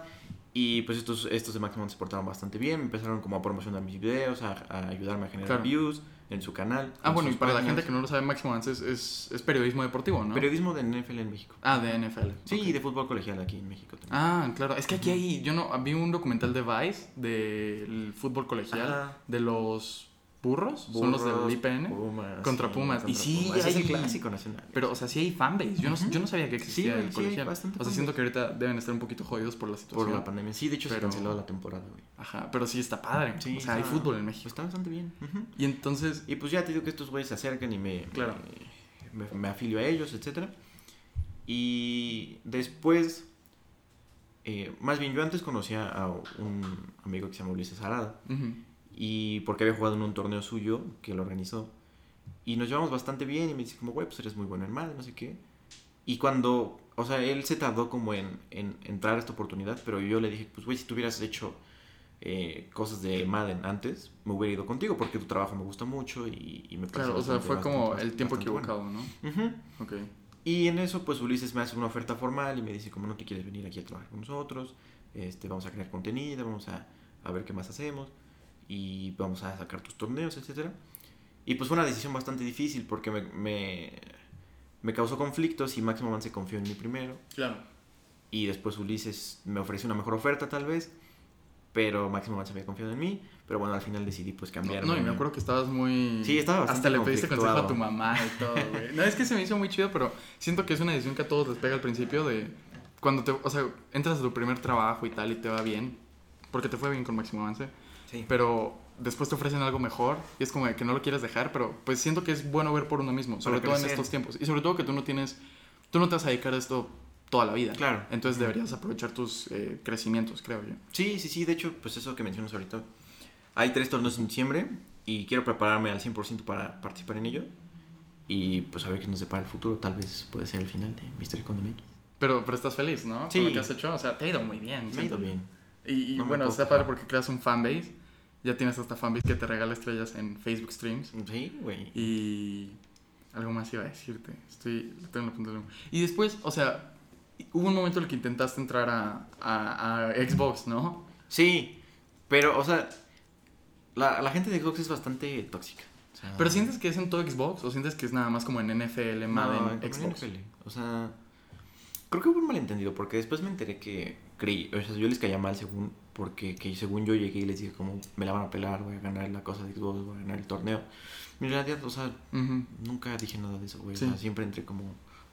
Speaker 2: Y pues estos, estos de Maximum se portaron bastante bien. Empezaron como a promocionar mis videos, a, a ayudarme a generar
Speaker 1: Claro.
Speaker 2: views en su canal.
Speaker 1: Ah,
Speaker 2: en
Speaker 1: bueno, y
Speaker 2: sus
Speaker 1: para la
Speaker 2: páginas.
Speaker 1: gente que no lo sabe, Máximo Avance es, es, es periodismo deportivo, ¿no?
Speaker 2: Periodismo de NFL en México.
Speaker 1: Ah, de NFL.
Speaker 2: Sí,
Speaker 1: ok.
Speaker 2: y de fútbol colegial aquí en México también.
Speaker 1: Ah, claro. Es que aquí hay. Yo no. Vi un documental de Vice del fútbol colegial
Speaker 2: Ajá.
Speaker 1: de los burros, Son los
Speaker 2: Burros,
Speaker 1: del IPN.
Speaker 2: Pumas,
Speaker 1: contra
Speaker 2: sí,
Speaker 1: Pumas. Y sí,
Speaker 2: Pumas. Ese es el
Speaker 1: hay-
Speaker 2: clásico nacional.
Speaker 1: Pero, o sea, sí hay fanbase. Yo no, yo no sabía que existía
Speaker 2: güey,
Speaker 1: el
Speaker 2: sí,
Speaker 1: colegial.
Speaker 2: bastante
Speaker 1: o sea, siento
Speaker 2: fanbase.
Speaker 1: que ahorita deben estar un poquito jodidos por la situación.
Speaker 2: por la pandemia. Sí, de hecho se
Speaker 1: Pero-
Speaker 2: canceló la temporada, güey.
Speaker 1: Ajá, pero sí está padre.
Speaker 2: Sí,
Speaker 1: o sea, hay
Speaker 2: está-
Speaker 1: fútbol en México.
Speaker 2: Está bastante bien. ujú.
Speaker 1: Y entonces.
Speaker 2: Y pues ya te digo que estos güeyes se acercan y me,
Speaker 1: Claro.
Speaker 2: me, me afilio a ellos, etc. Y después, eh, más bien yo antes conocía a un amigo que se llama Ulises Arada,
Speaker 1: ujú,
Speaker 2: y porque había jugado en un torneo suyo que lo organizó. Y nos llevamos bastante bien y me dice como, güey, pues eres muy bueno en mal, no sé qué. Y cuando, o sea, él se tardó como en, en entrar a esta oportunidad, pero yo le dije, pues güey, si tú hubieras hecho eh, cosas de Madden antes, me hubiera ido contigo porque tu trabajo me gusta mucho y, y me parece
Speaker 1: Claro, o sea,
Speaker 2: bastante,
Speaker 1: fue como
Speaker 2: bastante,
Speaker 1: el tiempo
Speaker 2: bastante bueno".
Speaker 1: equivocado,
Speaker 2: Ujú.
Speaker 1: ¿no? Ok.
Speaker 2: Y en eso, pues Ulises me hace una oferta formal y me dice, como no te quieres venir aquí a trabajar con nosotros, este, vamos a crear contenido, vamos a, a ver qué más hacemos y vamos a sacar tus torneos, etc. Y pues fue una decisión bastante difícil porque me, me, me causó conflictos y Máximo Man se confió en mí primero
Speaker 1: Claro.
Speaker 2: y después Ulises me ofreció una mejor oferta tal vez, pero Máximo Man se había confiado en mí, pero bueno, al final decidí pues
Speaker 1: No,
Speaker 2: cambiar.
Speaker 1: no, y me acuerdo que estabas muy.
Speaker 2: Sí, estaba bastante
Speaker 1: Hasta le pediste consejo a
Speaker 2: conflictuado.
Speaker 1: tu mamá y todo, güey. No, es que se me hizo muy chido, pero siento que es una decisión que a todos les pega al principio de. Cuando te. O sea, entras a tu primer trabajo y tal y te va bien. Porque te fue bien con Máximo Avance.
Speaker 2: Sí.
Speaker 1: Pero después te ofrecen algo mejor y es como de que no lo quieres dejar, pero pues siento que es bueno ver por uno mismo, sobre todo en
Speaker 2: crecer.
Speaker 1: estos tiempos. Y sobre todo que tú no tienes. Tú no te vas a dedicar a esto toda la vida.
Speaker 2: Claro.
Speaker 1: Entonces deberías aprovechar tus eh, crecimientos, creo yo.
Speaker 2: Sí, sí, sí. De hecho, pues eso que mencionas ahorita. Hay tres torneos en diciembre y quiero prepararme al 100% para participar en ello. Y pues a ver qué nos depara el futuro. Tal vez puede ser el final de Mystery Economy.
Speaker 1: Pero, pero estás feliz, ¿no?
Speaker 2: Sí.
Speaker 1: Con lo que has hecho, o sea, te ha ido muy bien.
Speaker 2: Me ha
Speaker 1: siento.
Speaker 2: ido bien.
Speaker 1: Y, y
Speaker 2: No me
Speaker 1: bueno,
Speaker 2: puedo
Speaker 1: está padre
Speaker 2: quejar.
Speaker 1: porque creas un fanbase. Ya tienes hasta fanbase que te regala estrellas en Facebook Streams.
Speaker 2: Sí, güey.
Speaker 1: Y algo más iba a decirte. Estoy, lo tengo en la punta de la lengua. Y después, o sea, hubo un momento en el que intentaste entrar a, a- a Xbox, ¿no?
Speaker 2: Sí, pero, o sea, la, la gente de Xbox es bastante tóxica. O sea,
Speaker 1: ¿Pero sientes que es en todo Xbox o sientes que es nada más como en NFL,
Speaker 2: No,
Speaker 1: Madden,
Speaker 2: como en
Speaker 1: Xbox?
Speaker 2: NFL. O sea, creo que hubo un malentendido porque después me enteré que creí, o sea, yo les caía mal según, porque que según yo llegué y les dije como me la van a pelar, voy a ganar la cosa de Xbox, voy a ganar el torneo. Y En realidad, o sea,
Speaker 1: Ujú.
Speaker 2: nunca dije nada de eso, güey.
Speaker 1: Sí.
Speaker 2: O sea, siempre entré como,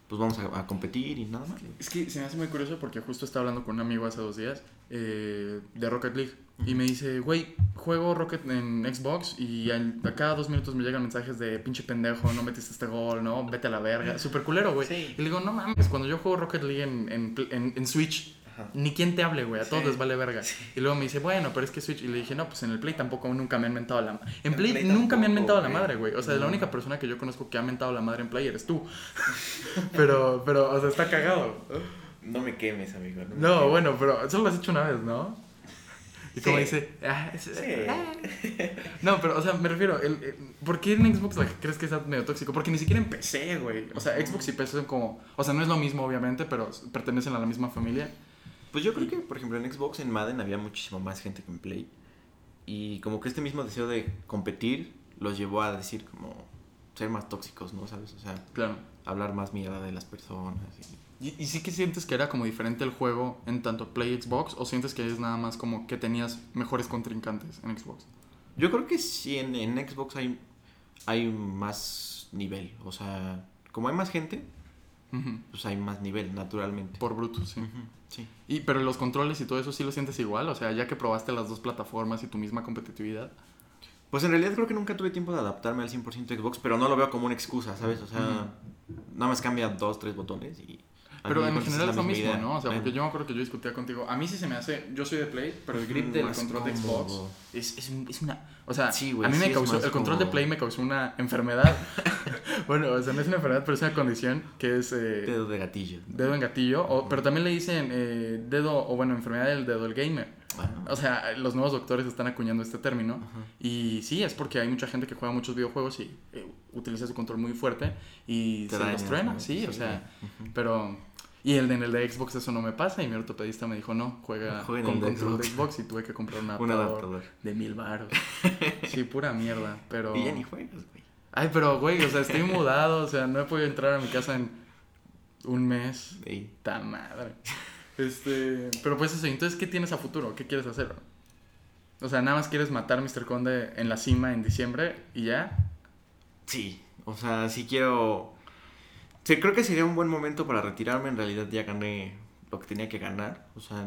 Speaker 2: pues vamos a, a competir y nada más.
Speaker 1: Es que se me hace muy curioso porque justo estaba hablando con un amigo hace dos días eh, de Rocket League y me dice, güey, juego Rocket en Xbox y al- a cada dos minutos me llegan mensajes de pinche pendejo, no metiste este gol, no, vete a la verga, super culero, güey.
Speaker 2: Sí.
Speaker 1: Y le digo, no mames, cuando yo juego Rocket League en, en pl- en- en Switch, ni quien te hable, güey, a todos
Speaker 2: Sí.
Speaker 1: les vale verga. Y luego me dice, bueno, pero es que Switch, y le dije, no, pues en el Play tampoco nunca me han mentado la madre. En,
Speaker 2: En
Speaker 1: Play,
Speaker 2: Play
Speaker 1: nunca me han
Speaker 2: tampoco,
Speaker 1: mentado la
Speaker 2: güey.
Speaker 1: madre, güey. O sea, la única persona que yo conozco que ha mentado la madre en Play eres tú. pero, pero, o sea, está cagado.
Speaker 2: No me quemes, amigo.
Speaker 1: No, bueno, pero solo lo has hecho una vez, ¿no? Y como
Speaker 2: Sí.
Speaker 1: dice, ah, es- ah. no, pero, o sea, me refiero, el- el- ¿por qué en Xbox la- crees que está medio tóxico? Porque ni siquiera en PC, güey. O sea, Xbox y PC son como, o sea, no es lo mismo, obviamente, pero pertenecen a la misma familia.
Speaker 2: Pues yo creo que, por ejemplo, en Xbox, en Madden había muchísimo más gente que en Play. Y como que este mismo deseo de competir los llevó a decir como ser más tóxicos, ¿no? ¿Sabes? O sea,
Speaker 1: Claro.
Speaker 2: hablar más mierda de las personas. y-
Speaker 1: ¿Y, y sí que sientes que era como diferente el juego en tanto Play y Xbox? ¿O sientes que es nada más como que tenías mejores contrincantes en Xbox?
Speaker 2: Yo creo que sí, en, en Xbox hay, hay más nivel. O sea, como hay más gente,
Speaker 1: Ujú.
Speaker 2: pues hay más nivel, naturalmente.
Speaker 1: Por bruto, sí.
Speaker 2: Ujú, sí.
Speaker 1: Y, pero los controles y todo eso sí lo sientes igual, o sea, ya que probaste las dos plataformas y tu misma competitividad.
Speaker 2: Pues en realidad creo que nunca tuve tiempo de adaptarme al 100% a Xbox, pero no lo veo como una excusa, ¿sabes? O sea, nada más cambia dos, tres botones y... al
Speaker 1: Pero
Speaker 2: fin de
Speaker 1: en
Speaker 2: cuentas
Speaker 1: general es lo
Speaker 2: la misma
Speaker 1: mismo,
Speaker 2: idea.
Speaker 1: ¿no? O sea,
Speaker 2: Eh.
Speaker 1: porque yo me acuerdo que yo discutía contigo. A mí sí se me hace. Yo soy de Play, pero el grip
Speaker 2: Mm,
Speaker 1: del
Speaker 2: más
Speaker 1: control de Xbox
Speaker 2: cómodo.
Speaker 1: es, es un- es una. O sea,
Speaker 2: Sí, güey,
Speaker 1: a mí
Speaker 2: sí
Speaker 1: me
Speaker 2: es
Speaker 1: causó.
Speaker 2: más
Speaker 1: El control de
Speaker 2: cómodo.
Speaker 1: Play me causó una enfermedad. bueno, o sea, no es una enfermedad, pero es una condición que es. eh,
Speaker 2: Dedo de gatillo.
Speaker 1: Dedo en gatillo, o- pero también le dicen eh, dedo, o bueno, enfermedad del dedo del gamer.
Speaker 2: Bueno.
Speaker 1: O sea, los nuevos doctores están acuñando este término.
Speaker 2: Ajá.
Speaker 1: Y sí, es porque hay mucha gente que juega muchos videojuegos y eh, utiliza su control muy fuerte y
Speaker 2: Te
Speaker 1: se
Speaker 2: dañas,
Speaker 1: los truena,
Speaker 2: ¿no?
Speaker 1: sí, o
Speaker 2: Sí,
Speaker 1: sea,
Speaker 2: ujú.
Speaker 1: pero... Y el, de- en el de Xbox eso no me pasa y mi ortopedista me dijo, no, juega
Speaker 2: Juega en
Speaker 1: con
Speaker 2: el de
Speaker 1: control de
Speaker 2: Xbox.
Speaker 1: Xbox y tuve que comprar un adaptador,
Speaker 2: Un adaptador.
Speaker 1: de mil baros. sí, pura mierda, pero...
Speaker 2: Y ya ni juegas, güey.
Speaker 1: Ay, pero güey, o sea, estoy mudado, o sea, no he podido entrar a mi casa en un mes.
Speaker 2: Ey.
Speaker 1: Ta madre. Este, pero pues eso, entonces, ¿qué tienes a futuro? ¿Qué quieres hacer? O sea, nada más quieres matar a Mr. Conde en la cima en diciembre y ya.
Speaker 2: Sí, o sea, sí quiero... Sí, creo que sería un buen momento para retirarme. En realidad ya gané lo que tenía que ganar. O sea,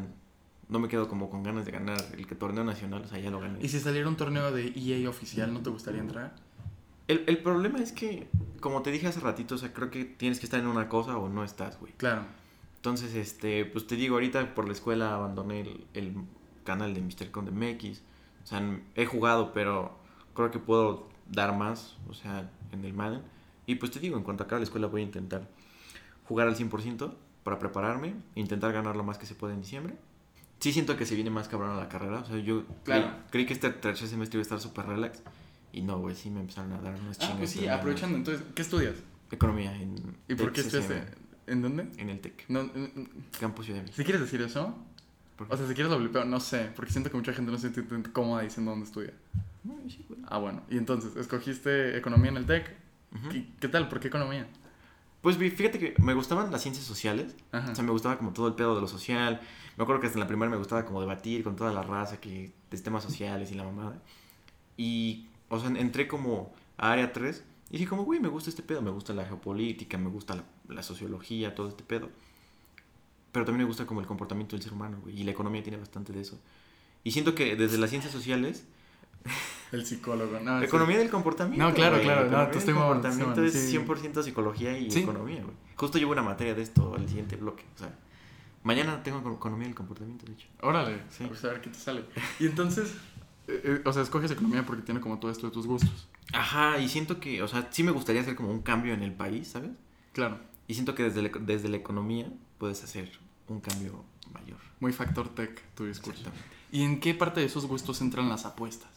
Speaker 2: no me quedo como con ganas de ganar el que torneo nacional. O sea, ya lo gané.
Speaker 1: Y si saliera un torneo de EA oficial, ¿no te gustaría entrar?
Speaker 2: El, el problema es que, como te dije hace ratito, o sea, creo que tienes que estar en una cosa o no estás, güey.
Speaker 1: Claro.
Speaker 2: Entonces, este, pues te digo, ahorita por la escuela abandoné el, el canal de Mr. Conde MX. O sea, n- he jugado, pero creo que puedo dar más, o sea, en el Madden. Y pues te digo, en cuanto acabe la escuela voy a intentar jugar al 100% para prepararme, intentar ganar lo más que se pueda en diciembre. Sí siento que se viene más cabrón a la carrera, o sea, yo cre-
Speaker 1: Claro.
Speaker 2: creí que este tercer semestre iba a estar súper relax. Y no, güey, sí me empezaron a dar unas
Speaker 1: Ah,
Speaker 2: chingas.
Speaker 1: pues sí,
Speaker 2: tremendas.
Speaker 1: aprovechando. Entonces, ¿qué estudias?
Speaker 2: Economía en
Speaker 1: ¿Y por qué
Speaker 2: TCM,
Speaker 1: estudiaste? ¿En dónde?
Speaker 2: En el TEC,
Speaker 1: No, n- n-
Speaker 2: Campus Ciudad de México.
Speaker 1: si quieres decir eso,
Speaker 2: ¿Por qué?
Speaker 1: o sea, si quieres lo blipeo, no sé, porque siento que mucha gente no se siente cómoda diciendo dónde estudia.
Speaker 2: No, sí, güey.
Speaker 1: Ah, bueno, y entonces, escogiste economía en el TEC.
Speaker 2: Ujú.
Speaker 1: ¿Qué, qué tal? ¿Por qué economía?
Speaker 2: Pues vi- fíjate que me gustaban las ciencias sociales.
Speaker 1: Ajá.
Speaker 2: O sea, me gustaba como todo el pedo de lo social. Me acuerdo que hasta en la primaria me gustaba como debatir con toda la raza que de temas sociales y la mamada. Y, o sea, entré como a área 3 y dije como, güey, me gusta este pedo, me gusta la geopolítica, me gusta la, la sociología, todo este pedo. Pero también me gusta como el comportamiento del ser humano, güey, y la economía tiene bastante de eso. Y siento que desde las ciencias sociales,
Speaker 1: El psicólogo, no. Ah, sí.
Speaker 2: economía del comportamiento.
Speaker 1: No, claro,
Speaker 2: güey,
Speaker 1: claro, no,
Speaker 2: economía
Speaker 1: te
Speaker 2: del
Speaker 1: estoy mamando, te estoy
Speaker 2: comportamiento
Speaker 1: mamando, sí.
Speaker 2: es 100% psicología y
Speaker 1: Sí.
Speaker 2: economía, güey. Justo llevo una materia de esto al siguiente bloque. O sea, mañana tengo economía del comportamiento, de hecho.
Speaker 1: Órale,
Speaker 2: Sí.
Speaker 1: pues a ver qué te sale. Y entonces, eh, eh, o sea, escoges economía porque tiene como todo esto de tus gustos.
Speaker 2: Ajá, y siento que, o sea, sí me gustaría hacer como un cambio en el país, ¿sabes?
Speaker 1: Claro,
Speaker 2: Y siento que desde la, desde la economía puedes hacer un cambio mayor.
Speaker 1: muy factor tech tu discurso.
Speaker 2: Exactamente.
Speaker 1: ¿Y en qué parte de esos gustos entran las apuestas?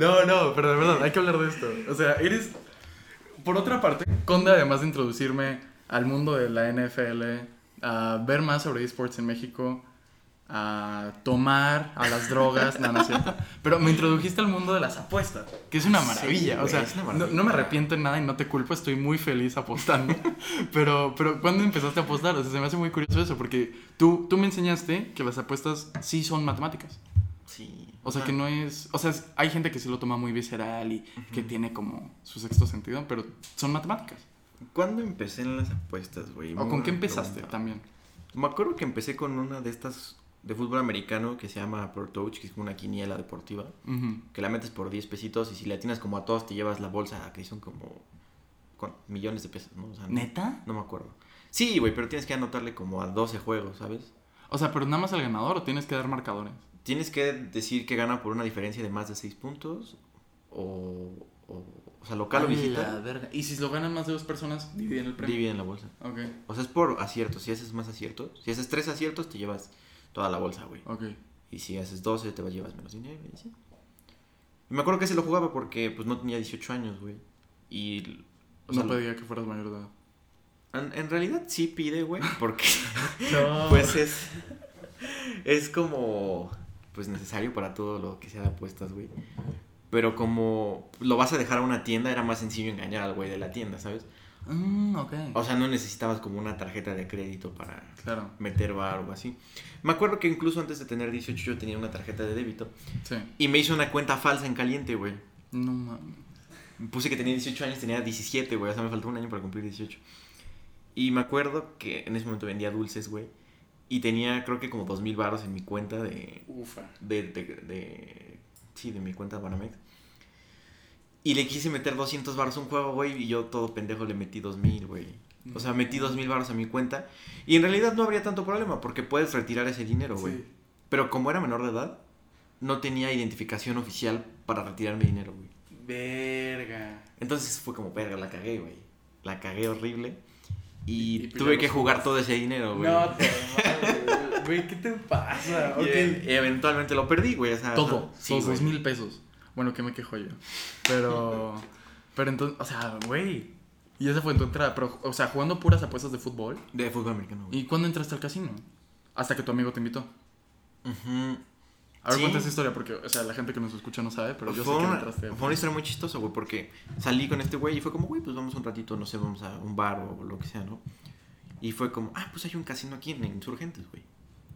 Speaker 1: no, no, pero de verdad, hay que hablar de esto. O sea, eres. Por otra parte, Conde, además de introducirme al mundo de la NFL, a ver más sobre esports en México, a tomar, a las drogas, nada, no es cierto. Pero me introdujiste al mundo de las apuestas, que es una
Speaker 2: Sí,
Speaker 1: maravilla. o
Speaker 2: güey,
Speaker 1: sea,
Speaker 2: es una
Speaker 1: no- No,
Speaker 2: maravilla.
Speaker 1: me arrepiento en nada y no te culpo, estoy muy feliz apostando. pero, pero, ¿cuándo empezaste a apostar? O sea, se me hace muy curioso eso, porque tú, tú me enseñaste que las apuestas sí son matemáticas.
Speaker 2: Sí. Ah,
Speaker 1: O sea, que no es... O sea, es- hay gente que sí lo toma muy visceral y que tiene como su sexto sentido, pero son matemáticas.
Speaker 2: ¿Cuándo empecé en las apuestas, güey?
Speaker 1: ¿O
Speaker 2: Muy
Speaker 1: con
Speaker 2: buena
Speaker 1: qué empezaste
Speaker 2: pregunta.
Speaker 1: también?
Speaker 2: Me acuerdo que empecé con una de estas de fútbol americano que se llama Pro Touch, que es como una quiniela deportiva,
Speaker 1: Ujú.
Speaker 2: que la metes por 10 pesitos y si la tienes como a todos te llevas la bolsa, que son como ¿cuán- millones de pesos, ¿no? O sea, no-
Speaker 1: ¿Neta?
Speaker 2: No me acuerdo. Sí, güey, pero tienes que anotarle como a 12 juegos, ¿sabes?
Speaker 1: O sea, pero nada más al ganador o tienes que dar marcadores.
Speaker 2: Tienes que decir que gana por una diferencia de más de 6 puntos o, o, o sea, local o visita,
Speaker 1: verga. Y si lo ganan más de dos personas, dividen el premio.
Speaker 2: dividen la bolsa.
Speaker 1: Ok,
Speaker 2: O sea, es por aciertos. Si haces más aciertos, si haces 3 aciertos, te llevas toda la bolsa, güey.
Speaker 1: ok.
Speaker 2: Y si haces 12, te vas llevas menos dinero. Y así. Y me acuerdo que ese lo jugaba porque pues no tenía 18 años, güey. Y. o sea,
Speaker 1: no pedía que fueras mayor de edad.
Speaker 2: en, en realidad sí pide, güey. Porque
Speaker 1: No.
Speaker 2: pues es. Es como. Pues necesario para todo lo que sea de apuestas, güey. Pero como lo vas a dejar a una tienda, era más sencillo engañar al güey de la tienda, ¿sabes?
Speaker 1: Mm, ok.
Speaker 2: O sea, no necesitabas como una tarjeta de crédito para
Speaker 1: claro,
Speaker 2: meter bar o así. Me acuerdo que incluso antes de tener 18 yo tenía una tarjeta de débito.
Speaker 1: sí.
Speaker 2: Y me hizo una cuenta falsa en caliente, güey.
Speaker 1: No mames.
Speaker 2: Puse que tenía 18 años, tenía 17, güey. O sea, me faltó un año para cumplir 18. Y me acuerdo que en ese momento vendía dulces, güey. Y tenía, creo que como 2.000 baros en mi cuenta de,
Speaker 1: Ufa.
Speaker 2: de, de, de- Sí, de mi cuenta de Banamex. Y le quise meter 200 baros a un juego, güey. Y yo todo pendejo le metí 2.000, güey. O sea, metí 2.000 baros a mi cuenta. Y en realidad no habría tanto problema porque puedes retirar ese dinero, güey.
Speaker 1: Sí.
Speaker 2: Pero como era menor de edad, no tenía identificación oficial para retirar mi dinero, güey.
Speaker 1: Verga.
Speaker 2: Entonces fue como, verga, la cagué, güey. La cagué horrible. Y,
Speaker 1: Y- y pues
Speaker 2: tuve
Speaker 1: ya
Speaker 2: que
Speaker 1: no
Speaker 2: jugar todo ese dinero, güey.
Speaker 1: No te mames, güey. ¿Qué te pasa?
Speaker 2: Y,
Speaker 1: Ok.
Speaker 2: eh, eventualmente lo perdí, güey. o sea,
Speaker 1: Todo.
Speaker 2: no-
Speaker 1: los
Speaker 2: güey.
Speaker 1: dos mil pesos. Bueno, que me quejo yo. Pero. Pero entonces, o sea, güey. Y esa fue tu entrada. Pero, o sea, jugando puras apuestas de fútbol.
Speaker 2: De fútbol americano, güey.
Speaker 1: ¿Y cuándo entraste al casino? Hasta que tu amigo te invitó.
Speaker 2: Ujú.
Speaker 1: A ver,
Speaker 2: Sí.
Speaker 1: cuenta esa historia porque, o sea, la gente que nos escucha no sabe, pero yo sé
Speaker 2: fue,
Speaker 1: que
Speaker 2: una,
Speaker 1: entraste.
Speaker 2: fue una historia muy chistosa, güey, porque salí con este güey y fue como, güey, pues vamos un ratito, no sé, vamos a un bar o lo que sea, ¿no? Y fue como, ah, pues hay un casino aquí en Insurgentes, güey.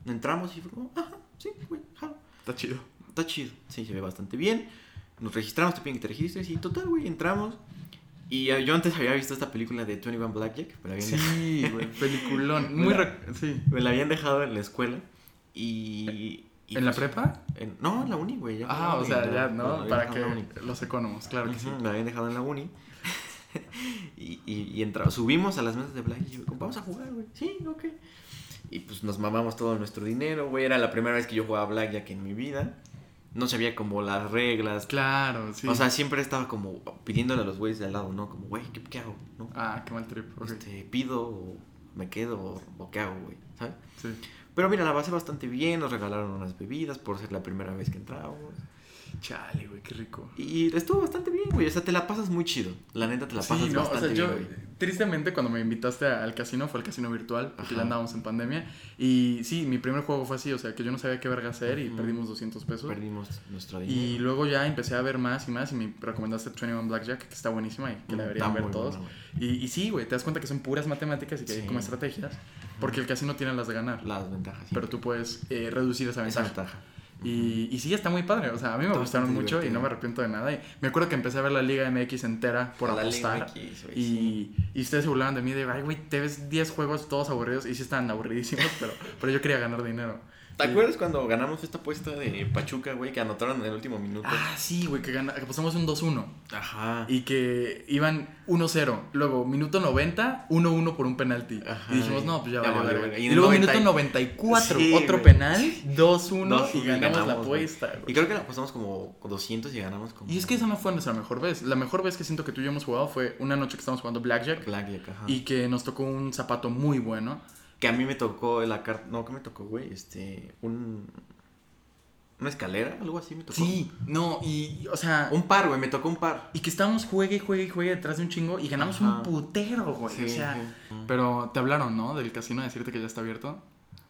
Speaker 2: Entramos y fue como, ajá, sí, güey, jalo.
Speaker 1: Está chido.
Speaker 2: está chido, sí, se ve bastante bien. Nos registramos, te piden que te registres y total, güey, entramos. Y eh, yo antes había visto esta película de 21 Blackjack, me la habían, dejado,
Speaker 1: Sí, güey. Peliculón. Muy.
Speaker 2: Mira.
Speaker 1: rec- Sí.
Speaker 2: me la habían dejado en la escuela y... y
Speaker 1: ¿En la
Speaker 2: pues,
Speaker 1: prepa?
Speaker 2: en- no, en la uni, güey. ya
Speaker 1: Ah,
Speaker 2: en la
Speaker 1: o
Speaker 2: uni,
Speaker 1: sea,
Speaker 2: me la-
Speaker 1: ya,
Speaker 2: me la
Speaker 1: ¿no?
Speaker 2: habían
Speaker 1: Para
Speaker 2: dejado en la
Speaker 1: que
Speaker 2: uni.
Speaker 1: los economos, claro que sí.
Speaker 2: Ujú, Me la habían dejado en la uni. y y, y entra- subimos a las mesas de Blackjack y yo, como, vamos a jugar, güey. Sí, ok. Y pues nos mamamos todo nuestro dinero, güey. Era la primera vez que yo jugaba Blackjack en mi vida. No sabía como las reglas,
Speaker 1: Claro, sí.
Speaker 2: O sea, siempre estaba como pidiéndole a los güeyes de al lado, ¿no? Como, güey, ¿qué, qué hago? ¿No?
Speaker 1: Ah, qué mal trip. ok,
Speaker 2: Este, ¿Pido o me quedo o, o qué hago, güey? ¿Sabes?
Speaker 1: Sí.
Speaker 2: Pero mira, la pasé bastante bien, nos regalaron unas bebidas por ser la primera vez que entrábamos.
Speaker 1: Chale, güey, qué rico.
Speaker 2: Y estuvo bastante bien, güey. O sea, te la pasas muy chido. La neta, te la pasas
Speaker 1: Sí, no, o
Speaker 2: bastante
Speaker 1: sea, yo,
Speaker 2: bien, güey.
Speaker 1: tristemente, cuando me invitaste a- al casino, fue al casino virtual, porque
Speaker 2: Ajá.
Speaker 1: ya andábamos en pandemia. Y sí, mi primer juego fue así, o sea, que yo no sabía qué verga hacer y
Speaker 2: Ujú.
Speaker 1: perdimos 200 pesos.
Speaker 2: Perdimos nuestro
Speaker 1: Y
Speaker 2: dinero.
Speaker 1: luego ya empecé a ver más y más y me recomendaste 21 Blackjack, que está buenísima y que la deberían
Speaker 2: Está
Speaker 1: ver
Speaker 2: Mm, muy
Speaker 1: todos.
Speaker 2: buena, güey.
Speaker 1: Y, y sí, güey, te das cuenta que son puras matemáticas y que hay
Speaker 2: Sí.
Speaker 1: como estrategias, porque el casino tiene las de ganar,
Speaker 2: Las ventajas. sí.
Speaker 1: pero tú puedes eh, reducir esa
Speaker 2: Esa
Speaker 1: ventaja.
Speaker 2: ventaja.
Speaker 1: Y, y sí, está muy padre. O sea, a mí me
Speaker 2: Está
Speaker 1: gustaron
Speaker 2: bastante
Speaker 1: mucho y
Speaker 2: divertido.
Speaker 1: no me arrepiento de nada. Y me acuerdo que empecé a ver la Liga MX entera por
Speaker 2: La Liga
Speaker 1: apostar.
Speaker 2: MX, güey, Pues sí.
Speaker 1: Y, y ustedes se burlaban de mí de, ay, güey, te ves 10 juegos todos aburridos. Y sí estaban aburridísimos, pero, pero yo quería ganar dinero.
Speaker 2: ¿Te acuerdas cuando ganamos esta apuesta de Pachuca, güey, que anotaron en el último minuto?
Speaker 1: Ah, sí, güey, que, gana- que pasamos un 2-1
Speaker 2: Ajá.
Speaker 1: y que iban 1-0. Luego, minuto 90, 1-1 por un penalti.
Speaker 2: Ajá,
Speaker 1: y dijimos,
Speaker 2: y-
Speaker 1: no, pues ya,
Speaker 2: ya
Speaker 1: vale,
Speaker 2: valió,
Speaker 1: vale.
Speaker 2: verga.
Speaker 1: Y,
Speaker 2: Y en el
Speaker 1: luego,
Speaker 2: 90
Speaker 1: minuto 94,
Speaker 2: Sí,
Speaker 1: otro
Speaker 2: güey.
Speaker 1: penal, 2-1
Speaker 2: Dos,
Speaker 1: y
Speaker 2: y
Speaker 1: ganamos, la
Speaker 2: ganamos, güey.
Speaker 1: apuesta, güey.
Speaker 2: Y creo que la apostamos como 200 y ganamos como...
Speaker 1: Y es que esa no fue nuestra mejor vez. La mejor vez que siento que tú y yo hemos jugado fue una noche que estábamos jugando Blackjack
Speaker 2: Blackjack, ajá.
Speaker 1: y que nos tocó un zapato muy bueno.
Speaker 2: Que a mí me tocó la carta... No, ¿qué me tocó, güey? Este, un... Una escalera, algo así me tocó.
Speaker 1: Sí, no, y, o sea,
Speaker 2: Un par, güey, me tocó un par.
Speaker 1: y que estábamos juegue y juegue y juegue detrás de un chingo y ganamos
Speaker 2: Ajá.
Speaker 1: un putero, güey. o sea,
Speaker 2: ajá.
Speaker 1: pero te hablaron, ¿no? Del casino a decirte que ya está abierto.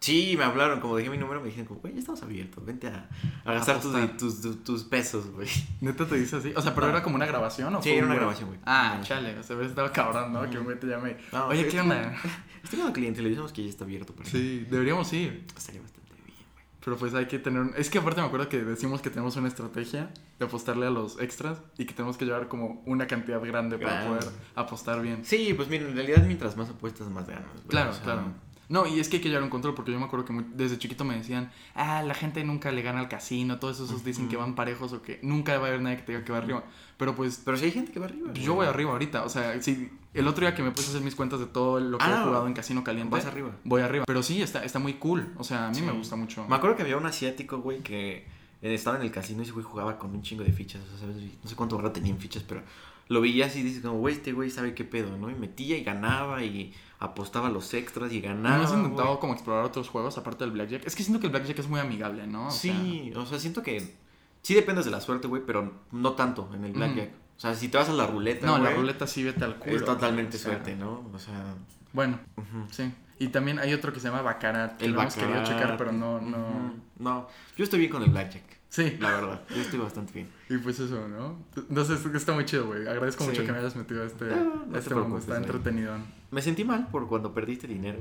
Speaker 2: Sí, me hablaron, como dejé mi número, me dijeron como, güey, ya estamos abiertos, vente a, a gastar tus,
Speaker 1: Apostar.
Speaker 2: tus, tus, tus pesos, güey.
Speaker 1: Neta te dice así. O sea, pero
Speaker 2: No.
Speaker 1: era como una grabación o
Speaker 2: Sí,
Speaker 1: fue un
Speaker 2: era una
Speaker 1: güey?
Speaker 2: grabación, güey.
Speaker 1: Ah,
Speaker 2: Una
Speaker 1: chale, o sea, hubiera estado cabrón, ¿no? Que un güey te llame.
Speaker 2: No,
Speaker 1: Oye,
Speaker 2: sí,
Speaker 1: ¿qué
Speaker 2: es
Speaker 1: onda?
Speaker 2: Estoy con el cliente, le dijimos que ya está abierto, pero
Speaker 1: Sí, deberíamos ir.
Speaker 2: estaría bastante bien, güey.
Speaker 1: Pero pues hay que tener... un- Es que aparte me acuerdo que decimos que tenemos una estrategia de apostarle a los extras y que tenemos que llevar como una cantidad grande para
Speaker 2: Grande.
Speaker 1: poder apostar bien.
Speaker 2: Sí, pues miren, en realidad mientras más apuestas, más ganas, güey.
Speaker 1: Claro,
Speaker 2: O sea,
Speaker 1: claro. No, y es que hay que llevar un control porque yo me acuerdo que muy- desde chiquito me decían, ah, la gente nunca le gana al casino, todos esos dicen que van parejos o que nunca va a haber nadie que te diga que va arriba. Pero pues
Speaker 2: Pero si hay gente que va arriba.
Speaker 1: yo voy arriba ahorita, o sea, si el otro día que me puse a hacer mis cuentas de todo lo que
Speaker 2: Ah,
Speaker 1: he jugado en Casino Caliente,
Speaker 2: Vas arriba.
Speaker 1: voy arriba. Pero sí, está, está muy cool, o sea, a mí
Speaker 2: Sí.
Speaker 1: me gusta mucho.
Speaker 2: Me acuerdo que había un asiático, güey, que estaba en el casino y ese güey jugaba con un chingo de fichas. O sea, ¿sabes? Y No sé cuánto rato tenía en fichas, pero lo veía así y dices, como, güey, este güey sabe qué pedo, ¿no? Y metía y ganaba y apostaba los extras y ganaba.
Speaker 1: ¿No has intentado
Speaker 2: güey.
Speaker 1: como explorar otros juegos aparte del Blackjack? Es que siento que el Blackjack es muy amigable, ¿no? Ah, O sea,
Speaker 2: sí, o sea, siento que sí dependes de la suerte, güey, pero no tanto en el
Speaker 1: Mm.
Speaker 2: blackjack. O sea, si te vas a la ruleta,
Speaker 1: no, la
Speaker 2: güey,
Speaker 1: ruleta sí vete al culo.
Speaker 2: es totalmente
Speaker 1: o sea,
Speaker 2: suerte, ¿no? O sea,
Speaker 1: Bueno,
Speaker 2: ujú.
Speaker 1: Sí. Y también hay otro que se llama Baccarat. Que
Speaker 2: el
Speaker 1: lo hemos querido
Speaker 2: baccarat,
Speaker 1: checar, pero no, no.
Speaker 2: ujú. No, yo estoy bien con el blackjack.
Speaker 1: Sí.
Speaker 2: La verdad, yo estoy bastante bien.
Speaker 1: Y pues eso, ¿no? Entonces está muy chido, güey. Agradezco
Speaker 2: Sí.
Speaker 1: mucho que me hayas metido a este,
Speaker 2: No, no
Speaker 1: a
Speaker 2: te
Speaker 1: este mundo.
Speaker 2: preocupes,
Speaker 1: Está
Speaker 2: güey.
Speaker 1: entretenido.
Speaker 2: Me sentí mal por cuando perdiste dinero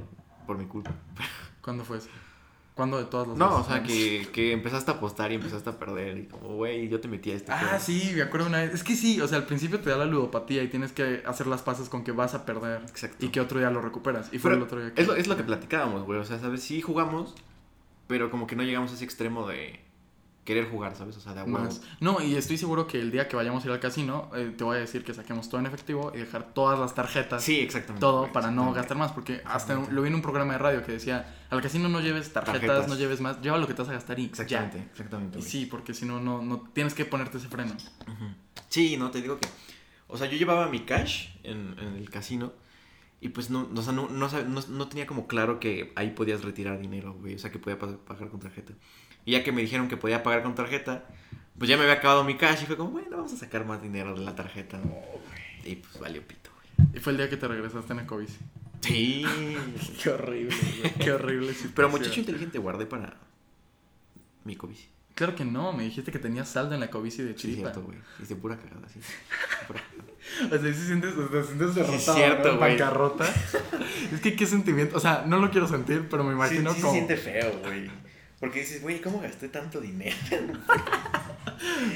Speaker 2: por mi culpa.
Speaker 1: ¿Cuándo fue eso? ¿Cuándo de todas las
Speaker 2: No, o
Speaker 1: veces?
Speaker 2: sea, que, que empezaste a apostar y empezaste a perder. Y como, güey, yo te metí a este.
Speaker 1: Ah,
Speaker 2: juego.
Speaker 1: sí, me acuerdo una vez. Es que sí, o sea, al principio te da la ludopatía y tienes que hacer las paces con que vas a perder
Speaker 2: Exacto.
Speaker 1: y que otro día lo recuperas. Y fue
Speaker 2: Pero
Speaker 1: el otro día que.
Speaker 2: es, lo, es lo que platicábamos, güey. O sea, ¿sabes? Sí jugamos, pero como que no llegamos a ese extremo de querer jugar, ¿sabes? O sea, de a huevos.
Speaker 1: más. No, y estoy seguro que el día que vayamos a ir al casino, eh, te voy a decir que saquemos todo en efectivo y dejar todas las tarjetas.
Speaker 2: Sí, exactamente.
Speaker 1: todo
Speaker 2: güey,
Speaker 1: para no
Speaker 2: exactamente.
Speaker 1: gastar más, porque hasta
Speaker 2: Exactamente.
Speaker 1: lo vi en un programa de radio que decía, al casino no lleves tarjetas,
Speaker 2: Tarjetas.
Speaker 1: no lleves más, lleva lo que te vas a gastar y
Speaker 2: Exactamente, exactamente.
Speaker 1: ya. Y
Speaker 2: güey.
Speaker 1: sí, porque si no, no, no tienes que ponerte ese freno.
Speaker 2: Ujú. Sí, no, te digo que. O sea, yo llevaba mi cash en, en el casino. Y pues no, o sea, no, no, sab- no- no tenía como claro que ahí podías retirar dinero, güey. O sea, que podía pa- pagar con tarjeta. Y ya que me dijeron que podía pagar con tarjeta, pues ya me había acabado mi cash. Y fue como, bueno, vamos a sacar más dinero de la tarjeta. ¿no? y pues valió pito, güey.
Speaker 1: Y fue el día que te regresaste en Ecobici.
Speaker 2: Sí.
Speaker 1: Qué horrible, qué horrible.
Speaker 2: Pero muchacho inteligente guardé para mi cobici.
Speaker 1: Claro que no, me dijiste que tenías saldo en la Ecobici de
Speaker 2: Sí, es
Speaker 1: Chiripa.
Speaker 2: cierto, güey. Hice pura cagada, sí. Pura cagada.
Speaker 1: o sea, sí sientes, o sea, sientes derrotado,
Speaker 2: es cierto,
Speaker 1: ¿no?
Speaker 2: güey.
Speaker 1: Bancarrota. es que qué sentimiento, o sea, no lo quiero sentir, pero me imagino
Speaker 2: sí, sí
Speaker 1: como...
Speaker 2: se siente feo, güey. Porque dices, güey, ¿cómo gasté tanto dinero?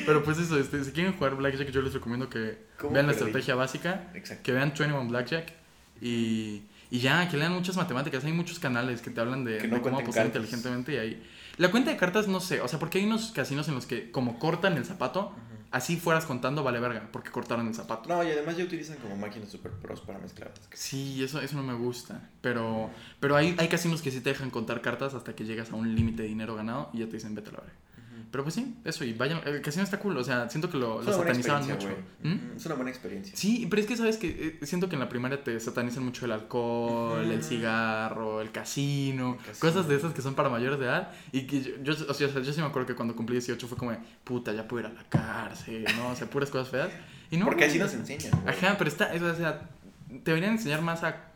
Speaker 1: Pero pues eso, este, si quieren jugar Blackjack, yo les recomiendo que
Speaker 2: ¿Cómo
Speaker 1: vean la
Speaker 2: perdí?
Speaker 1: estrategia básica.
Speaker 2: Exacto.
Speaker 1: que vean 21 Blackjack y, y ya, que lean muchas matemáticas. Hay muchos canales que te hablan de,
Speaker 2: Que no
Speaker 1: de cómo
Speaker 2: cuenten
Speaker 1: apostar
Speaker 2: cartas.
Speaker 1: inteligentemente y ahí. La cuenta de cartas no sé, o sea, porque hay unos casinos en los que como cortan el zapato, así fueras contando vale verga, porque cortaron el zapato.
Speaker 2: No, y además ya utilizan como máquinas super pros para mezclar.
Speaker 1: Sí, eso, eso no me gusta, pero, pero hay, hay casinos que sí te dejan contar cartas hasta que llegas a un límite de dinero ganado y ya te dicen vete a la verga. Pero pues sí, eso, y vayan, el casino está cool, o sea, siento que lo, lo satanizaban mucho. ¿Mm?
Speaker 2: Es una buena experiencia.
Speaker 1: Sí, pero es que sabes que eh, siento que en la primaria te satanizan mucho el alcohol,
Speaker 2: Ujú.
Speaker 1: el cigarro, el casino,
Speaker 2: El casino.
Speaker 1: cosas de esas que son para mayores de edad. Y que yo, yo, o sea, yo sí me acuerdo que cuando cumplí 18 fue como, de, puta, ya puedo ir a la cárcel, ¿no? O sea, puras cosas feas. Y no,
Speaker 2: Porque así
Speaker 1: güey.
Speaker 2: nos enseñan. güey.
Speaker 1: Ajá, pero está, es- o sea, te deberían enseñar más a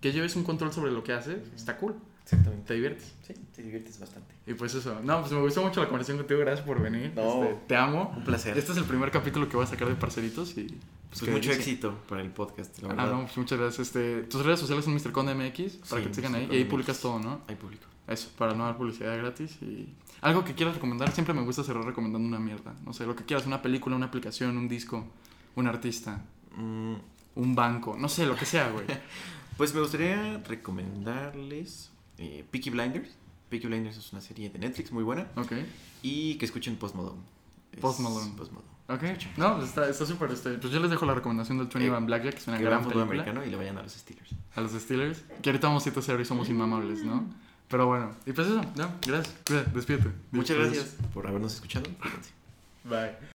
Speaker 1: que lleves un control sobre lo que haces.
Speaker 2: Ujú.
Speaker 1: Está cool,
Speaker 2: Exactamente.
Speaker 1: te diviertes.
Speaker 2: Sí, te diviertes bastante.
Speaker 1: Y pues eso, no, pues me gustó mucho la conversación contigo, gracias por venir.
Speaker 2: No.
Speaker 1: Este, te amo.
Speaker 2: Un placer.
Speaker 1: Este es el primer capítulo que voy a sacar de Parcelitos y...
Speaker 2: Pues
Speaker 1: qué
Speaker 2: mucho
Speaker 1: delicia.
Speaker 2: éxito para el podcast, la
Speaker 1: Ah,
Speaker 2: verdad.
Speaker 1: no, pues muchas gracias. Este, tus redes sociales son MrCondeMX para
Speaker 2: Sí,
Speaker 1: que te sigan
Speaker 2: Mr.
Speaker 1: ahí.
Speaker 2: Conde
Speaker 1: Y ahí
Speaker 2: MX.
Speaker 1: publicas todo, ¿no?
Speaker 2: Hay público.
Speaker 1: Eso, para no dar publicidad gratis. Y algo que quieras recomendar, siempre me gusta cerrar recomendando una mierda. No sé, lo que quieras, una película, una aplicación, un disco, un artista,
Speaker 2: Mm,
Speaker 1: un banco, no sé, lo que sea, güey.
Speaker 2: Pues me gustaría recomendarles eh, Peaky Blinders. Peaky Blinders es una serie de Netflix muy buena.
Speaker 1: Ok.
Speaker 2: Y que escuchen Post Malone. Es-
Speaker 1: Post Malone.
Speaker 2: Post Malone.
Speaker 1: Ok. No, pues está está súper. este, pues yo les dejo la recomendación del 21
Speaker 2: Eh,
Speaker 1: Van Blackjack, que es una
Speaker 2: Que
Speaker 1: gran
Speaker 2: vean fútbol
Speaker 1: película.
Speaker 2: americano y le vayan a los Steelers.
Speaker 1: A los Steelers. Que ahorita vamos 7-0 y somos inmamables,
Speaker 2: Mm.
Speaker 1: ¿no? Pero bueno. Y pues eso, ¿no? Gracias. Cuida, Despídete.
Speaker 2: Muchas
Speaker 1: Adiós.
Speaker 2: gracias por habernos escuchado. Cuídense.
Speaker 1: Bye.